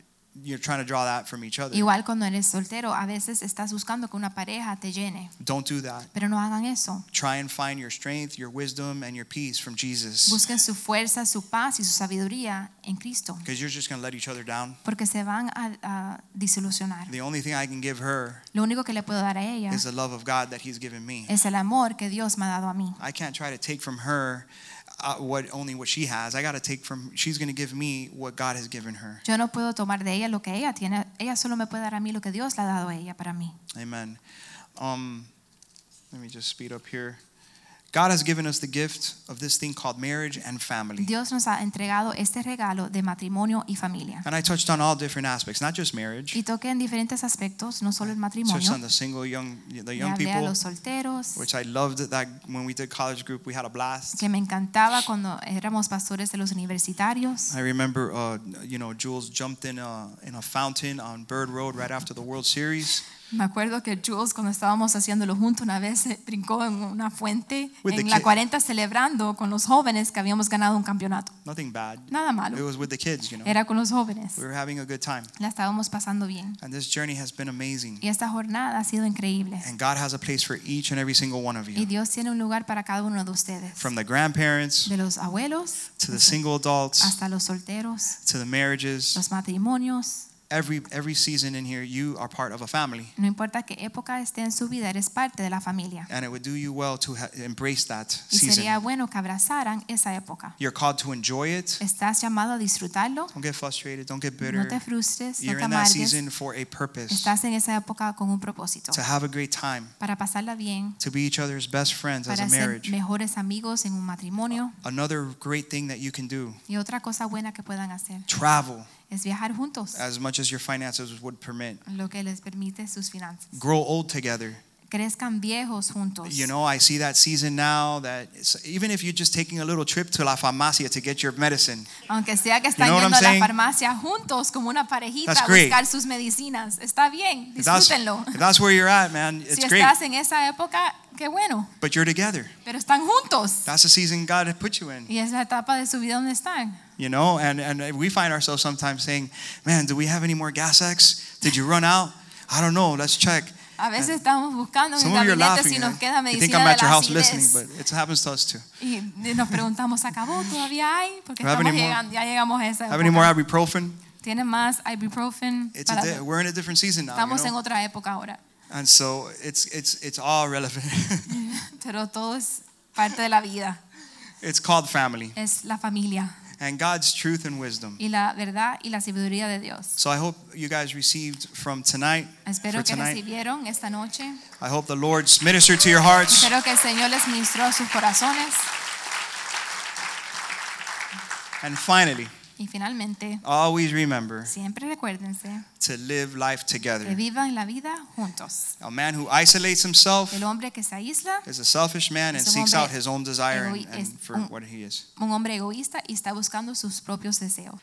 [SPEAKER 1] you're trying to draw that from each other.
[SPEAKER 2] Igual cuando eres soltero, a veces estás buscando que una pareja te llene,
[SPEAKER 1] Don't do that.
[SPEAKER 2] pero no hagan eso.
[SPEAKER 1] Try and find your strength, your wisdom, and your peace from Jesus,
[SPEAKER 2] Busquen su fuerza, su paz y su sabiduría en Cristo,
[SPEAKER 1] because you're just going to let each other down.
[SPEAKER 2] porque se van a, a disolucionar.
[SPEAKER 1] The only thing I can give her
[SPEAKER 2] Lo único que le puedo dar a ella
[SPEAKER 1] is the love of God that He's given me.
[SPEAKER 2] es el amor que Dios me ha dado a mí.
[SPEAKER 1] I can't try to take from her uh, what only what she has. I got to take from. She's going to give me what God has given her.
[SPEAKER 2] Yo no puedo tomar de ella lo que ella tiene. Ella solo me puede dar a mí lo que Dios le ha dado a ella para mí.
[SPEAKER 1] Amen. Um, let me just speed up here. God has given us the gift of this thing called marriage and family.
[SPEAKER 2] Dios nos ha entregado este regalo de matrimonio y familia.
[SPEAKER 1] And I touched on all different aspects, not just marriage.
[SPEAKER 2] Y toqué en diferentes aspectos, no solo el
[SPEAKER 1] Touched on
[SPEAKER 2] matrimonio.
[SPEAKER 1] the single young, the
[SPEAKER 2] Le
[SPEAKER 1] young
[SPEAKER 2] hablé a
[SPEAKER 1] people,
[SPEAKER 2] los solteros,
[SPEAKER 1] which I loved that when we did college group, we had a blast.
[SPEAKER 2] que me encantaba cuando éramos pastores de los universitarios.
[SPEAKER 1] I remember, uh, you know, Jules jumped in a, in a fountain on Bird Road right after the World Series
[SPEAKER 2] Me acuerdo que Jules, cuando estábamos haciéndolo juntos, una vez se brincó en una fuente
[SPEAKER 1] With the
[SPEAKER 2] en la
[SPEAKER 1] kid-
[SPEAKER 2] 40 celebrando con los jóvenes que habíamos ganado un campeonato.
[SPEAKER 1] Nothing bad.
[SPEAKER 2] Nada malo.
[SPEAKER 1] It was with the kids, you know.
[SPEAKER 2] Era con los jóvenes.
[SPEAKER 1] We were having a good time.
[SPEAKER 2] La estábamos pasando bien.
[SPEAKER 1] And this journey has been amazing.
[SPEAKER 2] Y esta jornada ha sido increíble.
[SPEAKER 1] And God has a place for each and every single one of
[SPEAKER 2] Y
[SPEAKER 1] you.
[SPEAKER 2] Dios tiene un lugar para cada uno de ustedes.
[SPEAKER 1] From the grandparents
[SPEAKER 2] De los abuelos
[SPEAKER 1] to the single adults
[SPEAKER 2] hasta los solteros,
[SPEAKER 1] to the marriages.
[SPEAKER 2] los matrimonios.
[SPEAKER 1] Every every season in here, you are part of a family.
[SPEAKER 2] No importa qué época esté en su vida, eres parte de la familia.
[SPEAKER 1] And it would do you well to ha- embrace that
[SPEAKER 2] Y sería
[SPEAKER 1] season.
[SPEAKER 2] bueno que abrazaran esa época.
[SPEAKER 1] You're called to enjoy it.
[SPEAKER 2] Estás llamado a disfrutarlo.
[SPEAKER 1] Don't get frustrated. Don't get
[SPEAKER 2] No
[SPEAKER 1] bitter.
[SPEAKER 2] te frustres, no
[SPEAKER 1] You're
[SPEAKER 2] te
[SPEAKER 1] in that
[SPEAKER 2] amargues.
[SPEAKER 1] season for a purpose.
[SPEAKER 2] Estás en esa época con un propósito,
[SPEAKER 1] To have a great time.
[SPEAKER 2] para pasarla bien,
[SPEAKER 1] To be each other's best friends as
[SPEAKER 2] para
[SPEAKER 1] a
[SPEAKER 2] ser
[SPEAKER 1] marriage. Ah.
[SPEAKER 2] mejores amigos en un matrimonio.
[SPEAKER 1] Another great thing that you can do.
[SPEAKER 2] Y otra cosa buena que puedan hacer
[SPEAKER 1] Travel.
[SPEAKER 2] es viajar juntos,
[SPEAKER 1] as much as your finances would permit.
[SPEAKER 2] lo que les permite sus finanzas.
[SPEAKER 1] Grow old together.
[SPEAKER 2] Crezcan viejos juntos.
[SPEAKER 1] You know, I see that season now that it's- even if you're just taking a little trip to La Farmacia to get your medicine,
[SPEAKER 2] Aunque sea que están
[SPEAKER 1] know what I'm
[SPEAKER 2] yendo a la
[SPEAKER 1] saying?
[SPEAKER 2] farmacia juntos como una parejita
[SPEAKER 1] That's
[SPEAKER 2] a
[SPEAKER 1] great.
[SPEAKER 2] buscar sus medicinas. Está bien,
[SPEAKER 1] if that's,
[SPEAKER 2] disfrútenlo.
[SPEAKER 1] if that's where you're at, man, it's
[SPEAKER 2] Si
[SPEAKER 1] great.
[SPEAKER 2] estás en esa época, qué bueno,
[SPEAKER 1] But you're together.
[SPEAKER 2] pero están juntos.
[SPEAKER 1] That's the season God had put you in,
[SPEAKER 2] Y es la etapa de su vida donde están.
[SPEAKER 1] you know? And, and we find ourselves sometimes saying, man, do we have any more gas X? Did you run out? I don't know. Let's check.
[SPEAKER 2] A veces estamos buscando en el
[SPEAKER 1] Some of you are
[SPEAKER 2] gabinete
[SPEAKER 1] laughing.
[SPEAKER 2] si nos
[SPEAKER 1] man.
[SPEAKER 2] queda
[SPEAKER 1] You think
[SPEAKER 2] medicina
[SPEAKER 1] I'm
[SPEAKER 2] de
[SPEAKER 1] at your
[SPEAKER 2] la
[SPEAKER 1] house
[SPEAKER 2] acidez.
[SPEAKER 1] listening, but it happens to us too.
[SPEAKER 2] Y nos preguntamos, ¿se acabó? ¿Todavía hay? Porque
[SPEAKER 1] Do I have
[SPEAKER 2] estamos
[SPEAKER 1] any more?
[SPEAKER 2] llegando, ya llegamos a esa
[SPEAKER 1] Have any more
[SPEAKER 2] época.
[SPEAKER 1] ibuprofen?
[SPEAKER 2] Tienen más ibuprofen.
[SPEAKER 1] It's a
[SPEAKER 2] para-
[SPEAKER 1] di- we're in a different season now. you
[SPEAKER 2] estamos
[SPEAKER 1] know?
[SPEAKER 2] en otra época ahora,
[SPEAKER 1] And so it's it's it's all relevant. <laughs>
[SPEAKER 2] pero todo es parte de la vida.
[SPEAKER 1] it's called family
[SPEAKER 2] Es la familia
[SPEAKER 1] and God's truth and wisdom.
[SPEAKER 2] y la verdad y la sabiduría de Dios.
[SPEAKER 1] So I hope you guys received from tonight.
[SPEAKER 2] Espero
[SPEAKER 1] for
[SPEAKER 2] que
[SPEAKER 1] tonight.
[SPEAKER 2] recibieron esta noche.
[SPEAKER 1] I hope the Lord's ministered to your hearts.
[SPEAKER 2] Espero que el Señor les ministró sus corazones.
[SPEAKER 1] And finally,
[SPEAKER 2] Y finalmente,
[SPEAKER 1] always remember
[SPEAKER 2] siempre recuérdense
[SPEAKER 1] to live life
[SPEAKER 2] que
[SPEAKER 1] together.
[SPEAKER 2] vivan la vida juntos.
[SPEAKER 1] A man who isolates himself
[SPEAKER 2] El hombre que se aísla,
[SPEAKER 1] is a selfish man and
[SPEAKER 2] Es un
[SPEAKER 1] seeks
[SPEAKER 2] hombre
[SPEAKER 1] out his own desire and,
[SPEAKER 2] egoí- es
[SPEAKER 1] and for
[SPEAKER 2] un-
[SPEAKER 1] what he is.
[SPEAKER 2] un hombre egoísta y está buscando sus propios deseos.